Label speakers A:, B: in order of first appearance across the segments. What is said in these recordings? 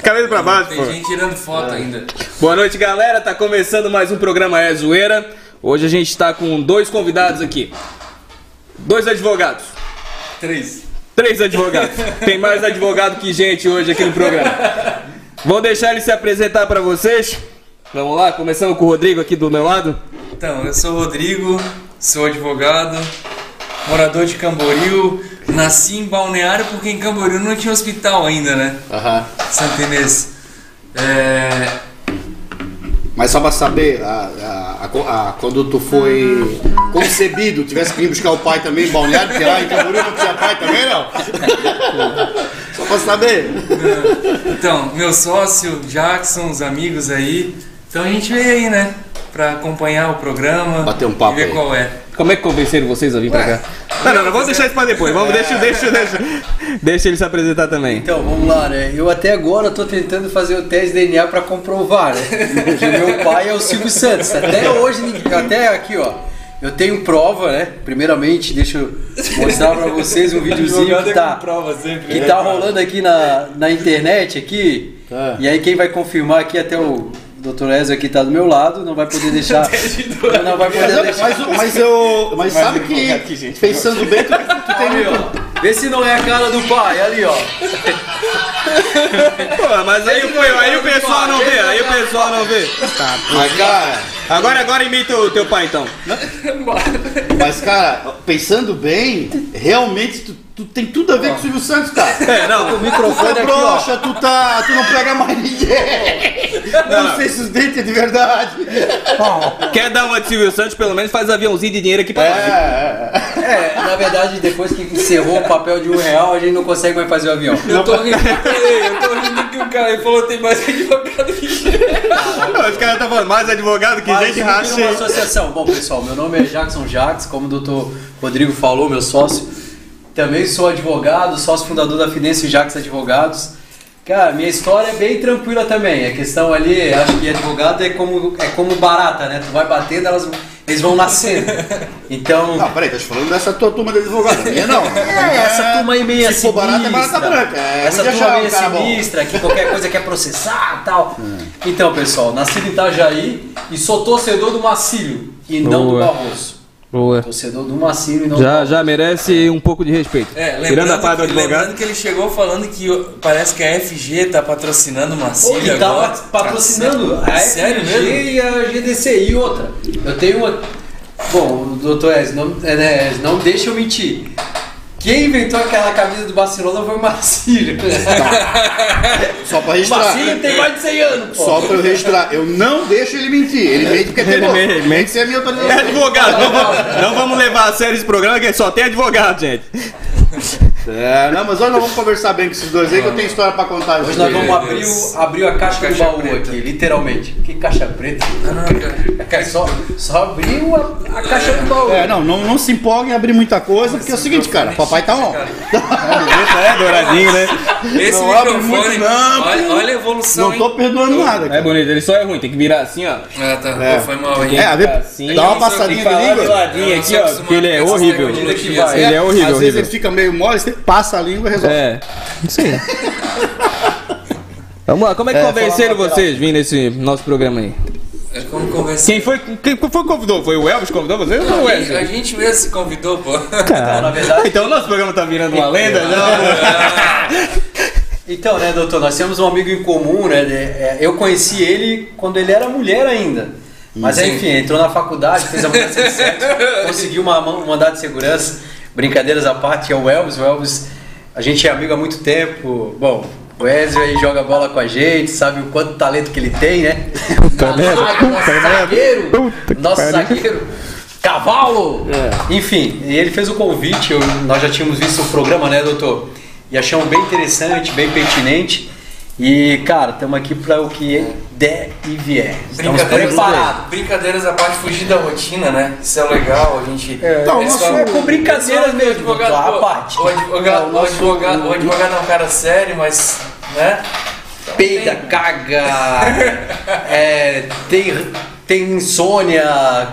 A: Cabeça pra baixo,
B: Tem
A: pô.
B: gente tirando
C: É.
B: foto ainda.
A: Boa noite, galera. Tá começando mais um programa É Zoeira. Hoje a gente tá com dois convidados aqui. Dois advogados.
B: Três.
A: Três advogados. Tem mais advogado que gente hoje aqui no programa. Vou deixar ele se apresentar pra vocês. Vamos lá, começando com o Rodrigo aqui do meu lado.
B: Então, eu sou o Rodrigo, sou advogado, morador de Camboriú. Nasci em Balneário porque em Camboriú não tinha hospital ainda, né?
C: Aham.
B: Santa Inês. É,
C: Mas só pra saber, a- a- a co- a- quando tu foi concebido, tivesse que ir buscar o pai também em Balneário, porque lá em Camboriú não tinha pai também, não? só pra saber.
B: Então, meu sócio, Jackson, os amigos aí. Então a gente veio aí, né? Pra acompanhar o programa.
C: Bater um papo
B: E ver
C: aí.
B: qual é.
A: Como é que convenceram vocês a vir pra cá? Não, não, não, vamos deixar isso pra depois. Vamos, deixa, deixa, deixa. Deixa ele se apresentar também.
D: Então, vamos lá, né? Eu até agora tô tentando fazer o teste de DNA pra comprovar, né? Que o meu pai é o Silvio Santos. Até hoje, ninguém- até aqui, ó. Eu tenho prova, né? Primeiramente, deixa eu mostrar pra vocês um videozinho que tá,
B: prova sempre.
D: que tá rolando aqui na, na internet aqui.
C: Tá.
D: E aí quem vai confirmar aqui até o Dr. Ezio aqui tá do meu lado, não vai poder deixar. Não vai poder
C: Mas,
D: deixar.
C: mas, mas eu. Mas sabe que, pensando bem, tu, tu tem
D: Aí,
C: muito.
D: ó. Vê se não é a cara do pai, ali, ó.
A: Pô, mas aí, foi, aí o pessoal não vê, aí o pessoal não vê.
C: Mas, cara,
A: Agora, agora imita o teu pai então.
C: mas, cara, pensando bem, realmente tu, tu tem tudo a ver com o Silvio Santos, cara.
A: É, não,
D: O
C: Tu
D: microfone
C: tá
D: aqui, ó.
C: broxa, tu tá. Tu não pega mais ninguém.
A: Não, não.
C: Não sei se os dentes é de verdade.
A: Quer dar uma de Silvio Santos, pelo menos faz aviãozinho de dinheiro aqui pra nós.
C: É, é.
D: É, na verdade, depois que encerrou o papel de um real, a gente não consegue mais fazer o avião.
B: Eu tô rindo, peraí, eu tô rindo que o cara falou tem mais advogado que gente.
A: Os caras estão falando mais advogado que
D: Mas
A: gente
D: eu tenho uma
A: racha.
D: associação. Bom, pessoal, meu nome é Jackson Jacques, como o doutor Rodrigo falou, meu sócio. Também sou advogado, sócio fundador da Fidência Jacques Advogados. Cara, minha história é bem tranquila também. A questão ali, acho que advogado é como, é como barata, né? Tu vai batendo, elas, eles vão nascendo. Então,
C: Não, peraí, tá te falando dessa tua turma de advogado, minha não.
D: É, essa turma aí meio
C: Se for barata, é barata branca. É,
D: essa
C: onde
D: turma
C: achar um
D: meio
C: cara bom?
D: sinistra, que qualquer coisa quer processar e tal.
C: É.
D: Então, pessoal, nascido em Itajaí e sou torcedor do Macílio e não
A: Boa.
D: do Barroso.
A: Boa.
D: Torcedor do Macílio e não do
A: Já, já merece um pouco de respeito.
B: É,
A: Tirando a
B: lembrando,
A: parte do
B: que, lembrando
A: advogado.
B: que ele chegou falando que o- parece que a FG tá patrocinando o
D: Pô,
B: Marcílio
D: e tava
B: agora.
D: patrocinando
B: Caceta.
D: a
B: Sério
D: FG
B: mesmo?
D: e a GDC e outra. Eu tenho uma. Bom, doutor Ez, não, é, né, Ez, não deixa eu mentir. Quem inventou aquela camisa do Barcelona foi o Marcílio.
C: Tá. Só pra
D: O
C: registrar.
D: Marcílio tem mais de 100 anos, pô.
C: Só pra eu registrar. Eu não deixo ele mentir. Ele mente porque é
A: Ele
C: terror.
A: mente, ele mente.
C: Esse é a minha
A: É
C: autorização.
A: advogado, não vamos, não vamos levar a sério esse programa que só tem advogado, gente.
C: É, não, mas olha, nós vamos conversar bem com esses dois aí que eu tenho história pra contar.
D: Hoje nós vamos
B: Meu
D: abrir,
B: Deus.
D: o- abrir a caixa, do
B: Caixa
D: baú
B: preta.
D: aqui, literalmente. Que caixa preta?
B: Caraca.
D: Cara, só, só abriu a, a caixa do baú.
C: É, não, não, não se empolguem em abrir muita coisa, porque é o seguinte, cara, papai tá on.
A: É douradinho, né?
B: Esse
C: Não abre
B: microfone,
C: muito, não,
B: olha, olha a evolução,
C: Não tô perdoando nada,
A: É
C: cara.
A: bonito, ele só é ruim, tem que virar assim, ó.
B: hein? Ah, tá.
C: É.
B: Pô, foi mal aí.
C: É, a ver,
A: Assim,
C: dá
B: eu
C: uma
B: sou
A: Tem que
C: passadinha de
A: falar do
C: língua.
A: ladinho aqui, ó, que ele é horrível.
D: vai.
A: Ele é horrível,
C: Às vezes
A: horrível.
C: ele fica meio mole, você passa a língua e resolve.
A: É, isso aí. Vamos lá, como é que
C: É,
A: convenceram
C: fala na
A: vocês vir nesse nosso programa aí?
B: É como conversar.
A: Quem foi, quem foi que convidou? Foi o Elvis que convidou vocês ou o
B: A gente-
A: Wesley?
B: a gente mesmo se convidou, pô.
D: Então, na verdade,
A: Então o nosso programa tá virando uma lenda, não?
D: então, né, doutor, nós temos um amigo em comum, né? de- é, Eu conheci ele quando ele era mulher ainda. Mas
B: Sim.
D: enfim, entrou na faculdade, fez a mudança de sexo, conseguiu uma, mão- um mandado de segurança. Brincadeiras à parte, é o Elvis. O Elvis, a gente é amigo há muito tempo. Bom, o Ezio aí joga bola com a gente, sabe o quanto talento que ele tem, né?
A: Puta merda,
D: Caralho, nosso
A: puta merda.
D: zagueiro,
A: Tá Puta que
D: nosso
A: pariu. É.
D: zagueiro, cavalo. Enfim, e ele fez o convite, eu- nós já tínhamos visto o programa, né, doutor? E achamos bem interessante, bem pertinente. E, cara, estamos aqui para o que der e vier. Estamos
B: Brincadeiras,
D: preparados.
B: brincadeiras à parte, fugir da rotina, né? Isso é legal, a gente.
D: É,
C: Não, o
B: só-
C: nosso é com
D: brincadeiras
B: só o
D: mesmo,
B: advogado,
D: claro,
B: pô,
D: à parte.
B: O advogado,
D: É, o
B: o
D: nosso-
B: advogado, o advogado é um cara sério, mas. né?
D: Peida, caga, é, tem, tem insônia,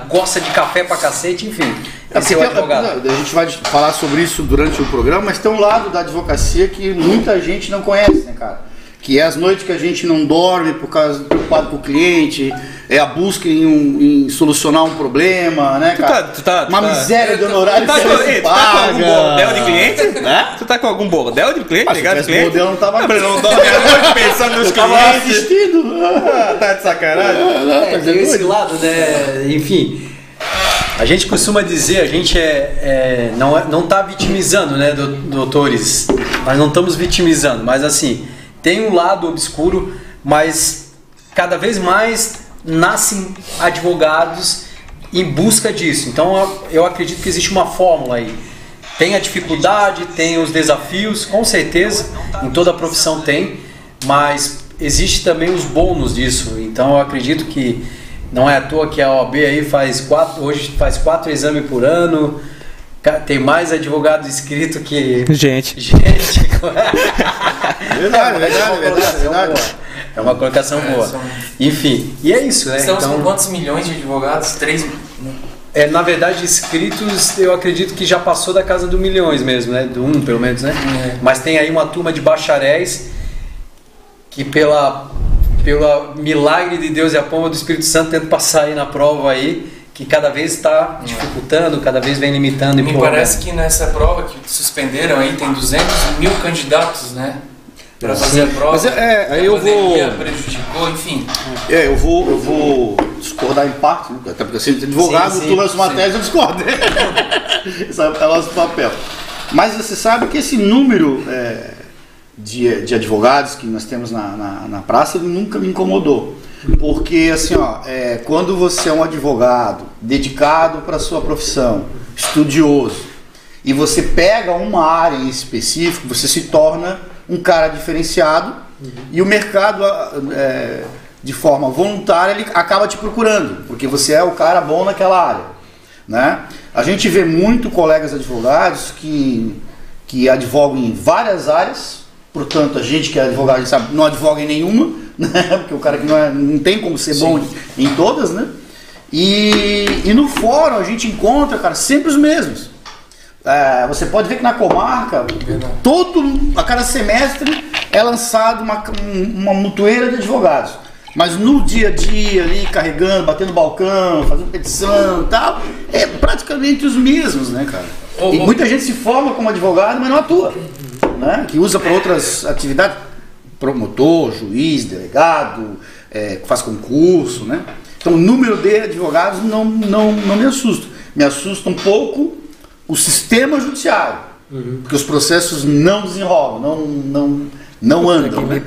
D: gosta de café pra cacete, enfim.
C: É
D: Esse é o
C: porque,
D: advogado.
C: A gente vai falar sobre isso durante o programa, mas tem um lado da advocacia que muita gente não conhece, né, cara? que é as noites que a gente não dorme por causa do preocupado com o cliente, é a busca em, um- em solucionar um problema, né,
A: Tu tá,
C: cara?
A: tu tá, tu
C: Uma
A: tá-
C: miséria de
A: tu
C: honorário
A: tá,
C: que
A: com,
C: não se
A: ei, tu tá com algum
C: paga.
A: bordel de cliente?
C: Hã?
A: Tu tá com algum bordel de cliente?
C: Ah, se
A: Ligado de
C: tivesse
A: cliente?
C: bordel, eu não tava
A: mas não dorme à noite pensando nos
C: Eu tava
A: clientes.
C: resistindo.
A: Ah, tá de sacanagem.
D: É, tem esse lado, né? Enfim. A gente costuma dizer, a gente é, é, não, é- não tá vitimizando, né, do- doutores? Nós não estamos vitimizando, mas assim, tem um lado obscuro, mas cada vez mais nascem advogados em busca disso. Então eu- eu acredito que existe uma fórmula aí. Tem a dificuldade, tem os desafios, com certeza, em toda a profissão tem, mas existe também os bônus disso. Então eu acredito que não é à toa que a OAB aí faz quatro, hoje faz quatro exames por ano. Ca- Tem mais advogado inscrito que
A: Gente.
D: gente.
C: Verdade,
D: mas é uma
C: verdade, verdade,
D: colocação
C: verdade.
D: boa. É um- uma colocação
B: É,
D: boa.
B: são-
D: Enfim, e é isso, né?
B: Estamos
D: Então-
B: com quantos milhões de advogados? né? 3
D: É, na verdade, inscritos, eu acredito que já passou da casa do milhões mesmo, né? Do um, pelo menos, né?
B: É.
D: Mas tem aí uma turma de bacharéis que pela pela milagre de Deus e a pomba do Espírito Santo tentam passar aí na prova aí, que cada vez está dificultando, cada vez vem limitando e né?
B: Me
D: pô,
B: É. parece que nessa prova que suspenderam aí tem 200 mil candidatos, né? Pra fazer a prova.
C: Mas é- é, aí
B: A
C: eu vou-
B: pandemia prejudicou, enfim.
C: É, eu vou, eu vou discordar em parte, né? até porque assim, advogado,
D: Sim, sim,
C: tu lança uma
D: sim.
C: tese, eu discordo. Isso é o nosso papel. Mas você sabe que esse número é, de, de advogados que nós temos na, na, na praça, ele nunca me incomodou. Porque assim, ó, é, quando você é um advogado dedicado para a sua profissão, estudioso, e você pega uma área em específico, você se torna um cara diferenciado e o mercado, a- é, de forma voluntária, ele acaba te procurando, porque você é o cara bom naquela área. Né? A gente vê muito colegas advogados que, que advogam em várias áreas, portanto, a gente que é advogado a gente sabe, não advoga em nenhuma, né? porque o cara que não, é- não tem como ser bom em todas, né? E, e no fórum a gente encontra, cara, sempre os mesmos. É, você pode ver que na comarca, todo, a cada semestre é lançado uma, um, uma mutueira de advogados. Mas no dia a dia, ali carregando, batendo balcão, fazendo petição e tal, é praticamente os mesmos, né, cara?
B: Ô,
C: E
B: ô.
C: muita gente se forma como advogado, mas não atua, né? Que usa para outras atividades, promotor, juiz, delegado, é, faz concurso, né? Então, o número de advogados não, não, não me assusta. Me assusta um pouco o sistema judiciário. Porque os processos não desenrolam, não, não, não andam. né?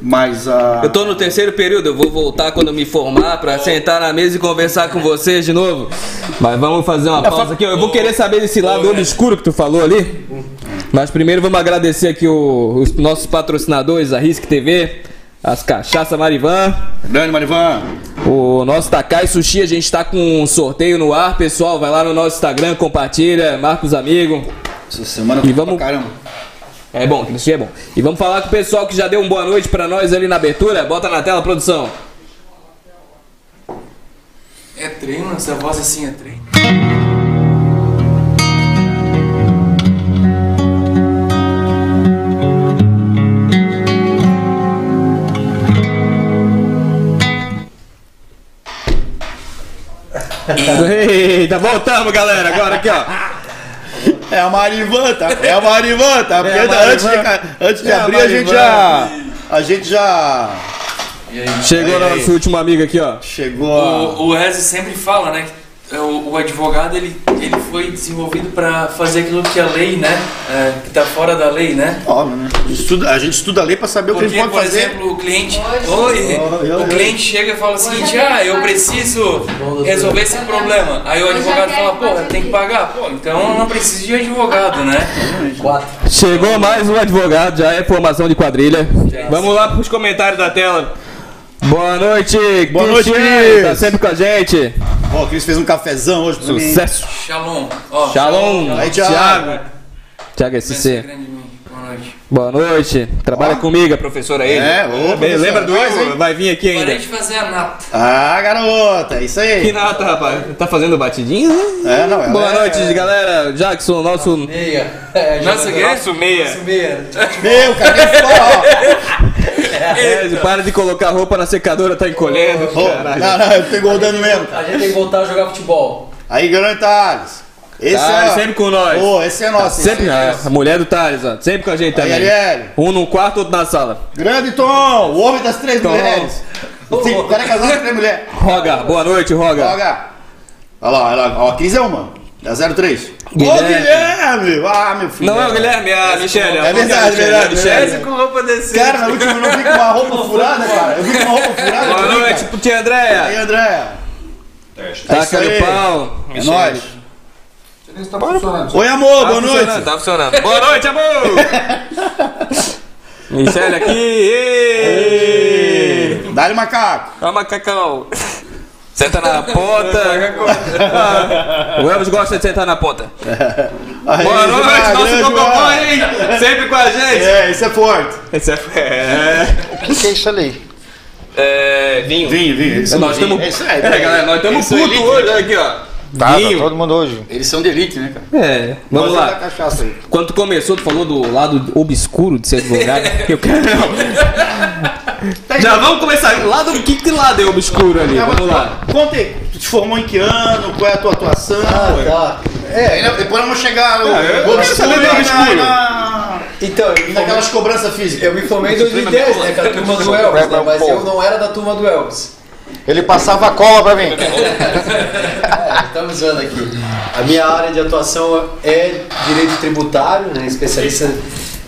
C: Mas a.
A: Eu tô no terceiro período, eu vou voltar quando eu me formar pra sentar na mesa e conversar com vocês de novo. Mas vamos fazer uma pausa aqui. Eu vou querer saber desse lado obscuro que tu falou ali. Mas primeiro vamos agradecer aqui o- os nossos patrocinadores, a Risk TV, as Cachaça Marivan.
C: Grande Marivan.
A: O nosso Takai Sushi, a gente tá com um sorteio no ar, pessoal. Vai lá no nosso Instagram, compartilha, marca os amigos.
C: Essa semana
A: E
C: foi
A: vamos-
C: pra caramba.
A: É bom, aquele sushi é bom. E vamos falar com o pessoal que já deu uma boa noite pra nós ali na abertura. Bota na tela, produção.
B: É treino, essa voz assim é treino.
A: Eita, voltamos, galera. Agora aqui, ó.
C: É a Marivan, tá? É a Marivan, tá? Porque
A: É a
C: antes de,
A: Marivan.
C: antes de
A: É a
C: abrir, a
A: Marivan.
C: gente já. A gente já.
B: E aí?
A: Chegou
C: Aí, aí.
A: nosso último amigo aqui, ó.
C: Chegou a.
B: O, o Rez sempre fala, né? que O, o advogado ele, ele foi desenvolvido pra fazer aquilo que a lei, né? é, que tá fora da lei, né?
C: Óbvio, né? A gente estuda, a gente estuda a lei pra saber o que a
B: Porque,
C: gente pode
B: por
C: fazer.
B: exemplo, o cliente.
C: Oi.
B: Oi!
C: Oi, oi,
B: O cliente chega e fala o seguinte: ah, eu preciso resolver esse problema. Aí o advogado fala: porra, tem que pagar. Pô, então eu não preciso de advogado, né?
D: quatro.
A: Chegou mais um advogado, já é formação de quadrilha. Vamos lá pros comentários da tela. Boa noite,
C: Boa noite,
A: Cristiane,
C: Cris.
A: Tá sempre com a gente.
C: Ó, o Cris fez um cafezão hoje pra mim.
A: Sucesso. é.
B: Shalom. Ó, é
A: Shalom.
C: Aí, Thiago.
A: Thiago. Thiago SC.
B: Grande de mim. Boa noite.
A: Boa noite. Trabalha
C: Ó.
A: comigo, a professora aí.
C: É, ô, professora,
A: Lembra do
C: nós,
A: Igor?
C: hein?
A: Vai vir aqui
B: Parei
A: ainda.
B: de fazer a nata.
C: Ah, garota, isso
A: Que
C: aí.
A: nata, rapaz. Tá fazendo batidinhas? né?
C: É, não, ela
A: Boa
C: é-
A: noite, galera. Jackson, nosso...
D: Meia. É,
B: Nossa,
D: jogador.
B: que-
A: Nosso meia.
D: Nosso meia.
C: Meu, cara, que ó.
A: É, para de colocar roupa na secadora, tá encolhendo.
C: Ô,
A: Caralho.
C: Não, não, eu tô engordando mesmo.
D: A gente tem que voltar a jogar futebol.
C: Aí, grande Thales. Esse
A: Thales,
C: é
A: Tá, sempre com nós.
C: Ô, esse é nosso. esse
A: Sempre,
C: é
A: ah,
C: nosso.
A: a mulher do Thales, ó. Sempre com a gente
C: Aí,
A: também.
C: Ariel.
A: Um no quarto, outro na sala.
C: Grande Tom, o homem das três
A: Tom.
C: mulheres. Sim, o cara é casado com três mulheres.
A: Roga, boa noite, Roga.
C: Joga. Olha lá, olha lá. Ó, a Cris é uma. Da 03. Ô,
A: Guilherme.
C: Guilherme! Ah, meu filho.
A: Não é o Guilherme, é a Michelle.
C: É verdade,
A: Michelle,
C: verdade,
A: Michelle.
C: verdade.
B: Esse com roupa decente.
C: Cara, na última eu não vi com uma roupa furada, cara. Eu vi com uma roupa furada.
A: Boa
C: também,
A: noite,
C: cara.
A: pro tia Andréia.
C: Aí, André.
A: Taca
C: É aí.
A: no pau.
C: É nóis.
E: Tá funcionando.
C: Oi, amor,
A: Tá
C: boa
A: funcionando,
C: noite.
A: Tá funcionando. Boa noite, amor. Michelle aqui. Ei.
C: Dá-lhe macaco.
A: Ó, macacão. Senta na ponta. Ah, o Elvis gosta de sentar na ponta.
C: Aí,
A: Boa
C: É vai,
A: noite,
C: grande,
A: nosso cocô,
C: vai.
A: hein? Sempre com a gente.
C: É, isso é forte.
A: Esse é.
E: O que que é isso ali?
A: É. Vinho.
C: Vinho, vinho. Eles são
A: Nós
C: de vinho.
A: estamos.
C: É isso aí,
A: É, galera, nós estamos
C: Eles são
A: putos
C: elite,
A: hoje,
C: né?
A: olha aqui, ó.
E: Tá, tá
A: Vinho.
E: todo mundo hoje.
C: Eles são de elite, né, cara?
A: É, vamos
C: Nós é da
A: lá.
C: cachaça aí.
A: Quando tu começou, tu falou do lado obscuro de ser advogado. Eu quero. Já vamos começar. Lado, que, que lado é obscuro ali?
E: Tá
A: Vamos lá.
C: Conta aí, tu te formou em que ano? Qual é a tua atuação?
D: Tá.
C: É, ainda- depois vamos chegar no
A: eu
C: no
A: quero saber do
C: na,
A: obscuro.
C: na,
D: Então, eu me formei,
C: naquelas cobranças físicas.
D: eu me formei em 2010, né? Com a turma do Elvis, né? Mas eu não era da turma do Elvis.
E: Ele passava cola pra mim.
D: É, estamos usando aqui. A minha área de atuação é direito tributário, né? Especialista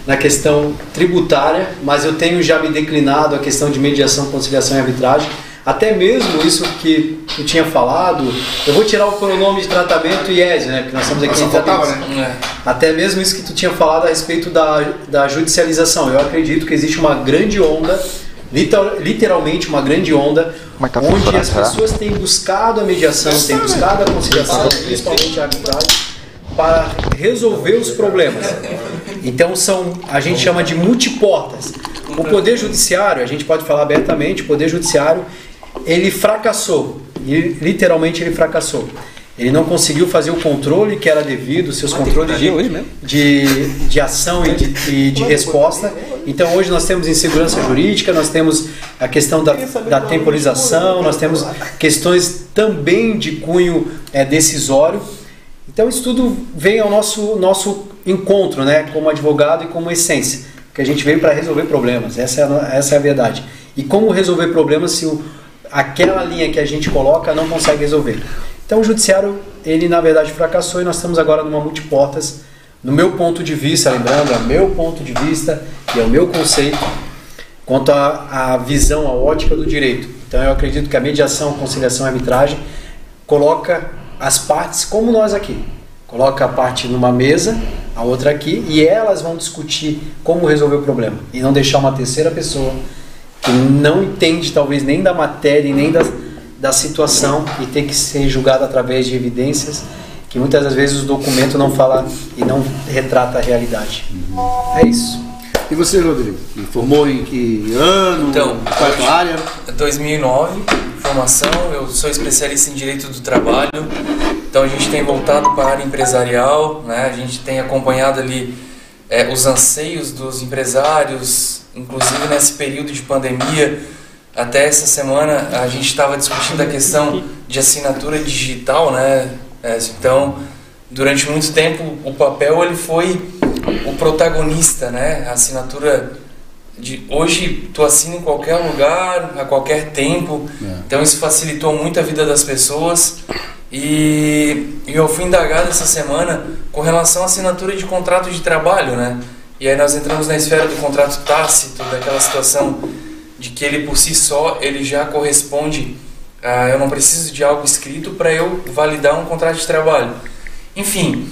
D: na questão tributária, mas eu tenho já me declinado a questão de mediação, conciliação e arbitragem. Até mesmo isso que tu tinha falado, eu vou tirar o pronome de tratamento e IED, né? Porque nós estamos aqui
C: Só
D: em
C: faltava,
D: tratamento.
C: né?
B: É.
D: Até mesmo isso que tu tinha falado a respeito da, da judicialização. Eu acredito que existe uma grande onda, literal- literalmente uma grande onda,
E: Mas tá
D: onde
E: funcionando,
D: as
E: será?
D: pessoas têm buscado a mediação, têm buscado a conciliação, principalmente a arbitragem, para resolver os problemas. Então são, a gente chama de multiportas. O poder judiciário, a gente pode falar abertamente, o poder judiciário, ele fracassou. Ele- literalmente ele fracassou. Ele não conseguiu fazer o controle que era devido, seus controles
A: putaria
D: de,
A: Tá hoje mesmo.
D: de, de ação e de, e de resposta. Então hoje nós temos insegurança jurídica, nós temos a questão da, da temporização, nós temos questões também de cunho eh, decisório. Então isso tudo vem ao nosso, nosso encontro, né, como advogado e como essência, porque a gente veio para resolver problemas, essa é, a, no- essa é a verdade. E como resolver problemas se o, aquela linha que a gente coloca não consegue resolver? Então o judiciário, ele na verdade fracassou e nós estamos agora numa multiportas, no meu ponto de vista, lembrando, é o meu ponto de vista e é o meu conceito, quanto à, à visão, à ótica do direito. Então eu acredito que a mediação, conciliação e arbitragem coloca as partes como nós aqui. Coloca a parte numa mesa, a outra aqui, e elas vão discutir como resolver o problema. E não deixar uma terceira pessoa que não entende talvez nem da matéria e nem da, da situação e ter que ser julgada através de evidências que muitas das vezes o documento não fala e não retrata a realidade. É isso.
C: E você, Rodrigo? Me formou em que ano?
B: Então,
C: qual é a tua área?
B: 2009, formação, eu sou especialista em direito do trabalho, então a gente tem voltado para a área empresarial, né? a gente tem acompanhado ali eh, os anseios dos empresários, inclusive nesse período de pandemia, até essa semana a gente estava discutindo a questão de assinatura digital, né? Eh, Então, durante muito tempo o papel ele foi o protagonista, né? A assinatura de- hoje tu assina em qualquer lugar, a qualquer tempo. Então isso facilitou muito a vida das pessoas. E, e eu fui indagado essa semana com relação à assinatura de contrato de trabalho, né? E aí nós entramos na esfera do contrato tácito, daquela situação de que ele por si só ele já corresponde. a eu não preciso de algo escrito para eu validar um contrato de trabalho. Enfim,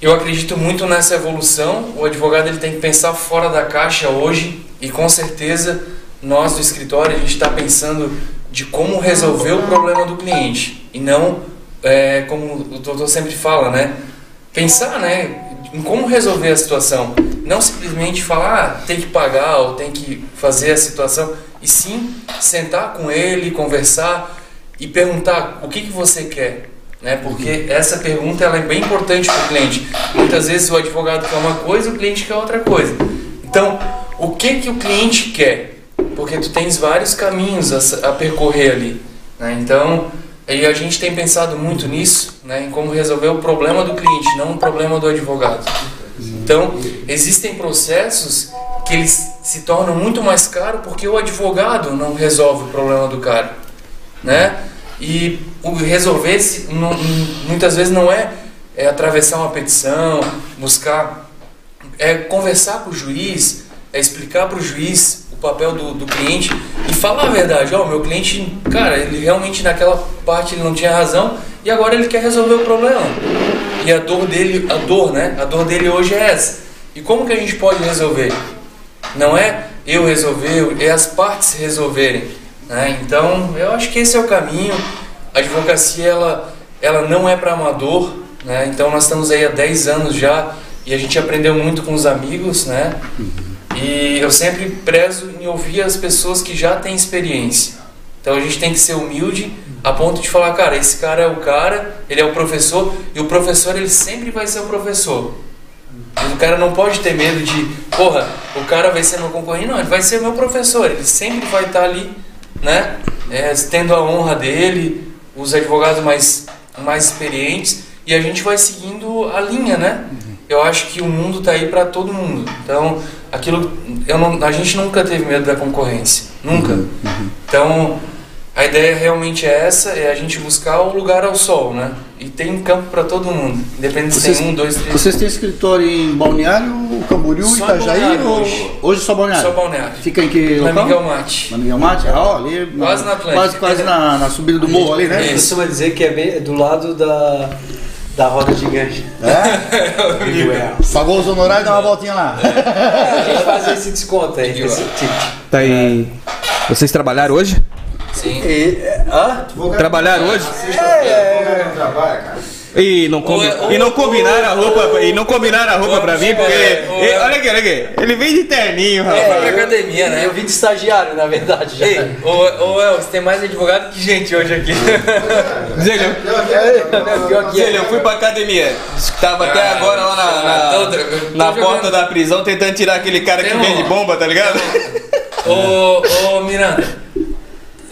B: eu acredito muito nessa evolução. O advogado ele tem que pensar fora da caixa hoje e com certeza nós do escritório a gente está pensando de como resolver o problema do cliente e não é, como o doutor sempre fala, né? Pensar, né? em como resolver a situação. Não simplesmente falar, ah, tem que pagar ou tem que fazer a situação. E sim, sentar com ele, conversar e perguntar o que, que você quer. Né? Porque essa pergunta ela é bem importante para o cliente. Muitas vezes o advogado quer uma coisa e o cliente quer outra coisa. Então, o que, que o cliente quer? Porque tu tens vários caminhos a, sa- a percorrer ali. né? Então, e a gente tem pensado muito nisso, né? em como resolver o problema do cliente, não o problema do advogado. Então, existem processos que eles se tornam muito mais caros porque o advogado não resolve o problema do cara, né? E o resolver esse não- muitas vezes não é, é atravessar uma petição, buscar é conversar com o juiz, é explicar para o juiz o papel do, do cliente e falar a verdade. Ó, meu cliente, cara, ele realmente naquela parte ele não tinha razão e agora ele quer resolver o problema. E a dor dele, a dor, né? A dor dele hoje é essa. E como que a gente pode resolver? Não é eu resolver, é as partes resolverem. né? Então, eu acho que esse é o caminho. A advocacia, ela, ela não é para amador. Né? Então, nós estamos aí há 10 anos já e a gente aprendeu muito com os amigos. Né? E eu sempre prezo em ouvir as pessoas que já têm experiência. Então, a gente tem que ser humilde a ponto de falar, cara, esse cara é o cara, ele é o professor e o professor, ele sempre vai ser o professor. O cara não pode ter medo de, porra, o cara vai ser meu concorrente, não, ele vai ser meu professor, ele sempre vai estar ali, né? é, tendo a honra dele, os advogados mais, mais experientes, e a gente vai seguindo a linha, né?
C: Uhum.
B: Eu acho que o mundo tá aí para todo mundo. Então, aquilo. Eu não, a gente nunca teve medo da concorrência. Nunca.
C: Uhum,
B: Então, a ideia realmente é essa, é a gente buscar o lugar ao sol, né? E tem campo para todo mundo. Independente se
C: Vocês-
B: tem um, dois, três.
C: Vocês têm escritório em Balneário, Camboriú,
B: Só
C: Itajaí?
B: Balneário
C: ou...
B: hoje.
C: hoje só Balneário?
B: Só balneário.
C: Fica em que
B: Na
C: local?
B: Miguel Mate.
C: Na Miguel Mate? Ah, ó, ali.
B: Quase na Atlântica.
C: Quase, quase na, na subida do morro ali, né?
B: Isso.
D: costuma dizer que é bem é do lado da, da roda gigante.
B: É.
C: É? Pagou os honorários, dá uma voltinha lá.
D: A gente faz esse desconto aí. Esse ticket.
A: Tá aí. Vocês trabalharam hoje?
B: Sim.
D: E, é, hã?
A: Trabalharam hoje? é
E: Trabalha, cara.
A: E não, combi...
B: É, Ou é-
A: e não combinaram a roupa, e não combinaram a roupa
B: ou é-
A: pra mim, porque.
B: é, ou é-
A: E- olha aqui, olha aqui. Ele vem de terninho,
B: Vai pra
A: rapaz.
B: academia, né?
D: Eu vim de estagiário, na É verdade. Já.
B: Ei, ô, ô Elcio, tem mais advogado que gente hoje aqui.
A: Zélio,
D: Pior que é.
A: Zélio, eu fui pra academia. Tava Tá. até
B: Ah,
A: agora lá na, na,
B: tô tranquilo.
A: na
B: Tô
A: porta
B: jogando.
A: da prisão tentando tirar aquele cara que
B: Tem
A: vende
B: um-
A: bomba, tá ligado?
B: ô, ô Miranda,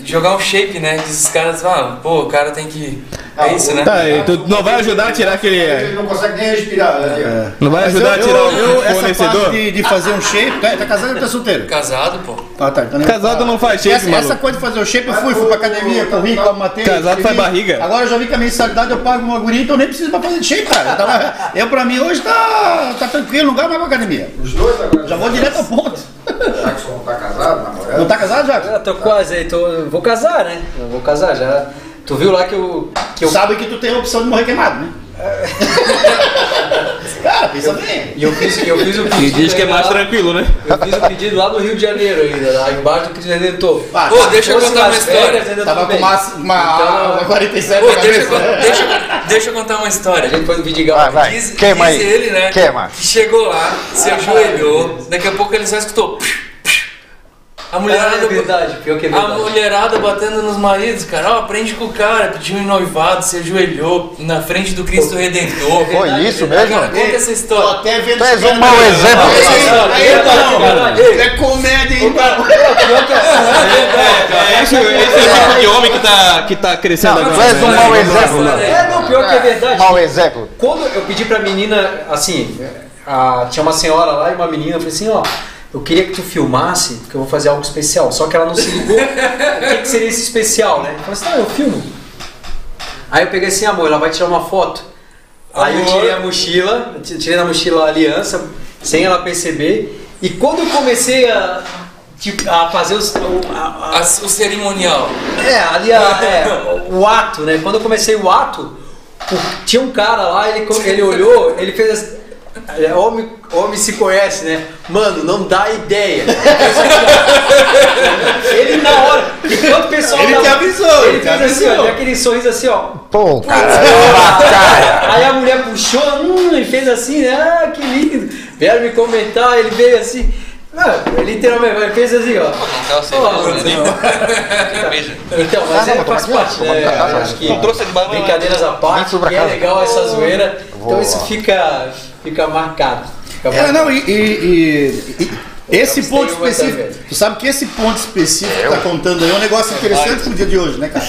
B: jogar um shape, né? Diz os caras, ah, pô, o cara tem que. É isso, né?
A: Tá, e tu não vai ajudar a tirar
C: É.
E: Ele
A: aquele.
E: não consegue nem respirar. né?
A: Não vai
C: Mas
A: ajudar a
C: eu-
A: tirar
C: eu- eu-
A: o
C: Essa parte
A: fornecedor?
C: de, de fazer um shape. Tá, tá casado ou tá solteiro?
B: Casado, pô.
C: Tá, tá. Então nem-
A: Casado não faz shape,
C: essa,
A: maluco.
C: essa coisa de fazer o shape, eu fui, fui pra academia, corri, como matei.
A: Casado faz
C: escrevi.
A: barriga.
C: Agora eu já vi que a mensalidade eu pago uma guria, então eu nem preciso pra fazer shape, cara. Eu, tava- eu, pra mim hoje tá, tá tranquilo, não vai mais pra academia.
E: Os dois agora.
C: Já vou direto ao ponto.
E: Jackson tá casado, namorado.
C: Não tá casado,
D: Ah,
C: Jackson?
D: tô quase aí, tô. Vou casar, né? Eu vou casar já. Tu viu lá que eu. Que eu
C: Sabe que tu tem a opção de morrer queimado, né?
E: É.
C: cara, pensa bem.
D: e eu fiz, eu fiz o pedido.
A: E diz que é
D: aí
A: mais
D: lá-
A: tranquilo, né?
D: Eu fiz o pedido lá no Rio de Janeiro ainda, lá embaixo do Rio de Janeiro tô.
C: Ah,
B: Pô, deixa eu
D: Fosse
B: contar uma
D: Las Vegas,
B: história.
D: ainda
C: Tava
D: tudo
C: com
D: bem.
C: uma,
A: Então,
C: uma, uma 47
B: Pô,
C: na
B: deixa, eu
C: né? cabeça.
B: con- deixa, eu- deixa eu contar uma
D: A
B: história.
D: gente foi no Vidigal.
E: Vai, vai.
B: Diz,
E: Queima
B: diz
E: aí.
B: ele, né?
E: Queima.
B: Que chegou lá, se ajoelhou, daqui a pouco ele só escutou. A
D: Ah,
B: mulherada.
D: é verdade, pior que é
B: A
D: verdade.
B: mulherada batendo nos maridos, cara, ó, aprende com o cara, pediu em noivado, se ajoelhou na frente do Cristo Redentor.
E: Foi isso mesmo?
B: Cara, conta essa
C: Tô
B: história.
C: até vendo
E: Tu és
C: esse
E: um
C: cara
E: mau
C: na-
E: exemplo.
C: Aí, aí,
D: Verdade,
C: então,
D: verdade.
C: É comédia, hein, cara?
A: É, esse, esse é o tipo de homem que tá, que tá crescendo
E: Não,
A: agora.
E: tu és um
A: né?
E: mau exemplo.
D: É, não, pior que é verdade.
E: Mau exemplo.
D: Quando eu pedi pra menina, assim, a- tinha uma senhora lá e uma menina, eu falei assim, ó, eu queria que tu filmasse, porque eu vou fazer algo especial. Só que ela não se ligou. o que, que seria esse especial, né? Eu falei assim, tá, eu filmo. Aí eu peguei assim, amor, ela vai tirar uma foto. Aí eu
B: Amor.
D: tirei a mochila, ti- tirei na mochila a aliança, sem ela perceber. E quando eu comecei a, tipo, a fazer os, o- a- a-
B: As- o cerimonial.
D: é, ali a, é, o ato, né? Quando eu comecei o ato, o- tinha um cara lá, ele, co- ele olhou, ele fez. as- é, Homem, homem se conhece, né? Mano, não dá ideia. ele na hora. E quando o pessoal
C: Ele
D: tava-
C: te avisou,
D: um, Ele
C: ele te
D: fez assim, ó, deu aquele sorriso assim, ó.
F: Pô, cara.
D: Aí a mulher puxou, hum, e fez assim, né? Ah, que lindo. Vieram me comentar, ele veio assim. Ah, ele literalmente ele fez assim, ó. Então, mas ele faz parte, né?
F: Ah, não, mas toma aqui, ó. Toma aqui,
D: Eu
F: ó.
D: Acho que brincadeiras à
F: Vem
D: parte,
F: sobre a
D: que é
F: casa.
D: legal essa zoeira. Então
F: Boa.
D: isso fica, fica marcado. Fica
C: É,
D: marcado.
C: não, e, e- e- e- esse
D: Campos
C: ponto
D: tem uma
C: específico.
D: também.
C: Tu sabe que esse ponto específico que tá contando aí é um negócio interessante pro dia de hoje, né, cara?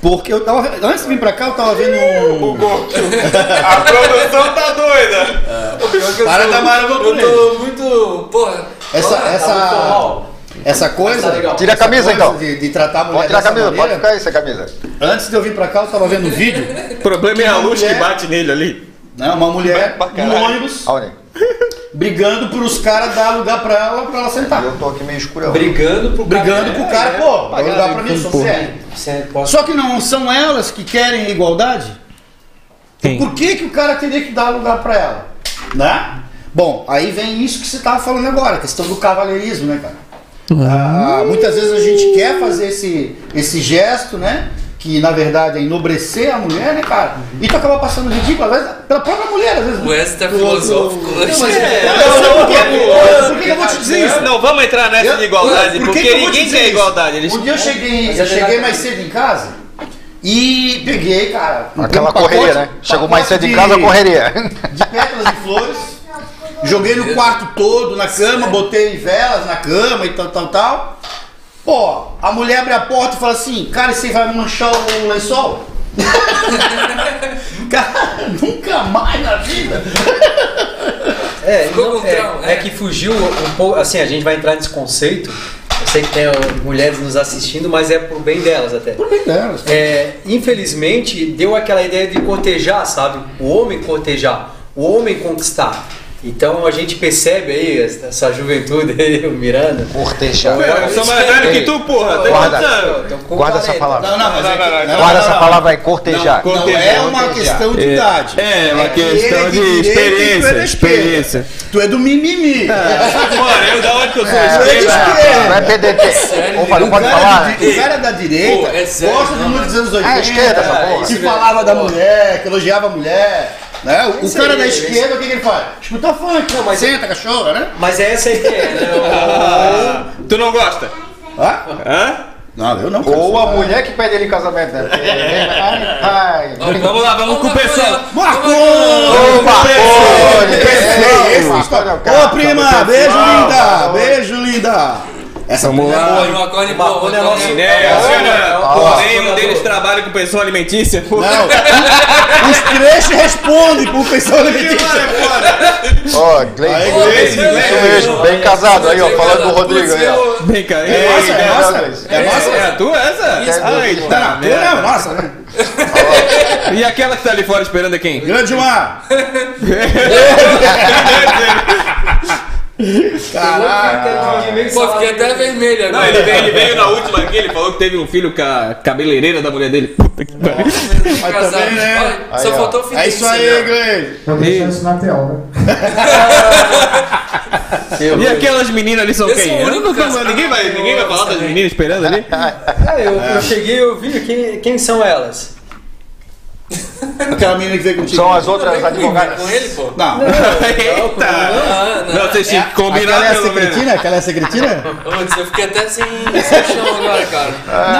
C: Porque eu tava. Antes de vir pra cá, eu tava vendo um.
G: A produção tá doida.
F: É.
C: Para da
B: Eu tô muito. Porra,
C: Essa,
D: Tá muito
C: essa,
D: formal.
C: essa
D: Tá
C: coisa.
D: legal.
F: Tira a
C: essa
F: camisa,
C: coisa
F: então.
C: De, de tratar a mulher
F: Pode tirar a
C: dessa
F: camisa, pode
C: maneira.
F: ficar aí sem camisa.
C: Antes de eu vir pra cá, eu tava vendo um vídeo.
A: O problema é a luz que bate nele ali.
C: Né, uma mulher
G: Pra caralho.
C: no ônibus
F: Aonde?
C: brigando por os caras dar lugar pra ela, pra ela sentar.
F: Eu tô aqui meio escurão.
D: Brigando pro
C: Brigando pro cara,
D: é,
C: pô, dá
D: pagando
C: lugar pra mim,
D: tudo,
C: sou
D: pô.
C: sério.
D: Você é pode-
C: Só que não são elas que querem igualdade? Então,
A: Sim.
C: Por que, que o cara teria que dar lugar pra ela? Né? Bom, aí vem isso que você tava falando agora, a questão do cavalheirismo, né, cara? Ah, muitas vezes a gente quer fazer esse, esse gesto, né? Que na verdade é enobrecer a mulher, né, cara? E tu acaba passando ridículo, às vezes, pela própria mulher, às vezes.
B: o Wes tá
C: Do outro-
B: filosófico.
C: Não, mas-
B: É.
C: Não, eu sei por quê. Por que que eu vou te dizer isso?
A: Não, vamos entrar nessa de igualdade,
C: Por que
A: porque
C: que eu vou
A: ninguém
C: dizer
A: quer
C: isso?
A: igualdade. Eles...
C: Um dia eu cheguei, eu cheguei mais cedo em casa e peguei, cara. um
F: Aquela
C: pacote-
F: correria, né? Chegou mais cedo
C: pacote
F: em casa,
C: de-
F: correria.
C: De pétalas de flores. Joguei no quarto todo, na cama, botei velas na cama e tal, tal, tal. Pô, a mulher abre a porta e fala assim, cara, você vai manchar o lençol? cara, nunca mais na vida.
D: É,
B: Ficou
D: não,
B: com trauma,
D: é,
B: né?
D: é que fugiu um pouco. Assim, a gente vai entrar nesse conceito. Eu sei que tem ó, mulheres nos assistindo, mas é pro bem delas até.
C: Por que delas?
D: É, infelizmente, deu aquela ideia de cortejar, sabe? O homem cortejar, o homem conquistar. Então a gente percebe aí essa essa juventude aí, o Miranda.
F: Cortejado.
A: Eu sou mais velho que tu, porra. Tem
F: Guarda.
A: quantos anos?
D: Então, com
F: Guarda essa
D: 40.
F: palavra.
C: não, mas é que-
G: não, não,
F: Guarda essa palavra aí, cortejar.
A: Não,
C: Não é uma questão de idade.
A: É, uma questão
C: Ele
A: de
C: direita e tu é da
A: experiência.
C: esquerda.
A: Experiência. É.
C: Tu é do mimimi.
A: Mano, eu da onde que eu sou
C: Tu é de
A: esquerda?
F: Não
C: esquerda.
F: é PDT. Ô, Fábio,
C: O
F: pode falar? né?
C: cara, de- o cara da direita
B: Pô, é sério,
C: gosta do
B: não,
C: mundo dos anos 80,
F: Ah, é esquerda essa porra.
C: que falava da mulher, que elogiava a mulher. Né? O, o cara da esquerda, o que, que ele faz? Escuta funk, não, mas senta, cachorra, né?
D: Mas é essa aí que é, né?
A: Tu não gosta?
C: Hã?
A: Hã?
C: Não, eu não. cara.
F: Ou a mulher que pede ele em casamento, né? Porque- Ai, ai.
A: Vamos lá, vamos com o pessoal.
C: Marcou!
F: Opa,
C: Esse-
F: olha,
C: esse- esse-
F: esse história é o cara.
C: Ô, prima, beijo, linda! Beijo, linda! Essa
A: Vamos
C: mulher é
A: lá.
B: Ah, Pô, uma cone
D: Uma
B: boa,
D: cone
B: uma
D: é
B: cone-
D: nosso-
A: É,
D: Ah,
A: olha,
D: ah,
A: porém, um
D: ah,
A: deles
D: ah,
A: trabalha com pensão alimentícia. Pô,
C: Não, os trechos respondem por pensão alimentícia.
F: Ó, Gleice,
C: Aí,
F: Gleice,
C: Gleice,
F: isso mesmo, bem casado aí, ó, falando do Rodrigo aí, ó.
A: Vem cá, aí,
C: É nossa, é
A: cara.
C: nossa, é nossa.
A: É a tua essa? Ai,
F: Isso.
A: tá,
C: Tá, tu
A: merda.
C: é nossa, né?
A: E aquela que tá ali fora esperando é quem?
C: Grande Mar!
D: um
C: Caraca!
B: Pô, fiquei até vermelho
A: Não,
B: agora.
A: ele veio, ele veio na última aqui, ele falou que teve um filho com a cabeleireira da mulher dele. Puta que pariu.
C: Mas
B: Casado.
C: também, né?
B: Olha, tá Só
F: Aí, ó.
B: faltou o
C: É isso aí, Gleice!
E: Tô deixando isso na tela, né?
A: E aquelas meninas ali são
B: Eu
A: quem?
B: sou o
A: Eu não
B: único
A: tô falando,
B: casado.
A: ninguém vai, ninguém vai falar das meninas esperando ali.
D: É, eu, eu cheguei, eu vi quem, quem são elas.
C: Aquela menina que veio contigo.
F: São as outras advogadas.
B: Com ele, pô.
C: Não.
A: um Eita!
B: Ah, não.
A: Não, vocês tinham que
C: Aquela
A: combinar
C: é a
A: pelo menos.
C: secretina? Aquela é a secretina?
B: Putz, eu fiquei até sem, sem chão agora, cara.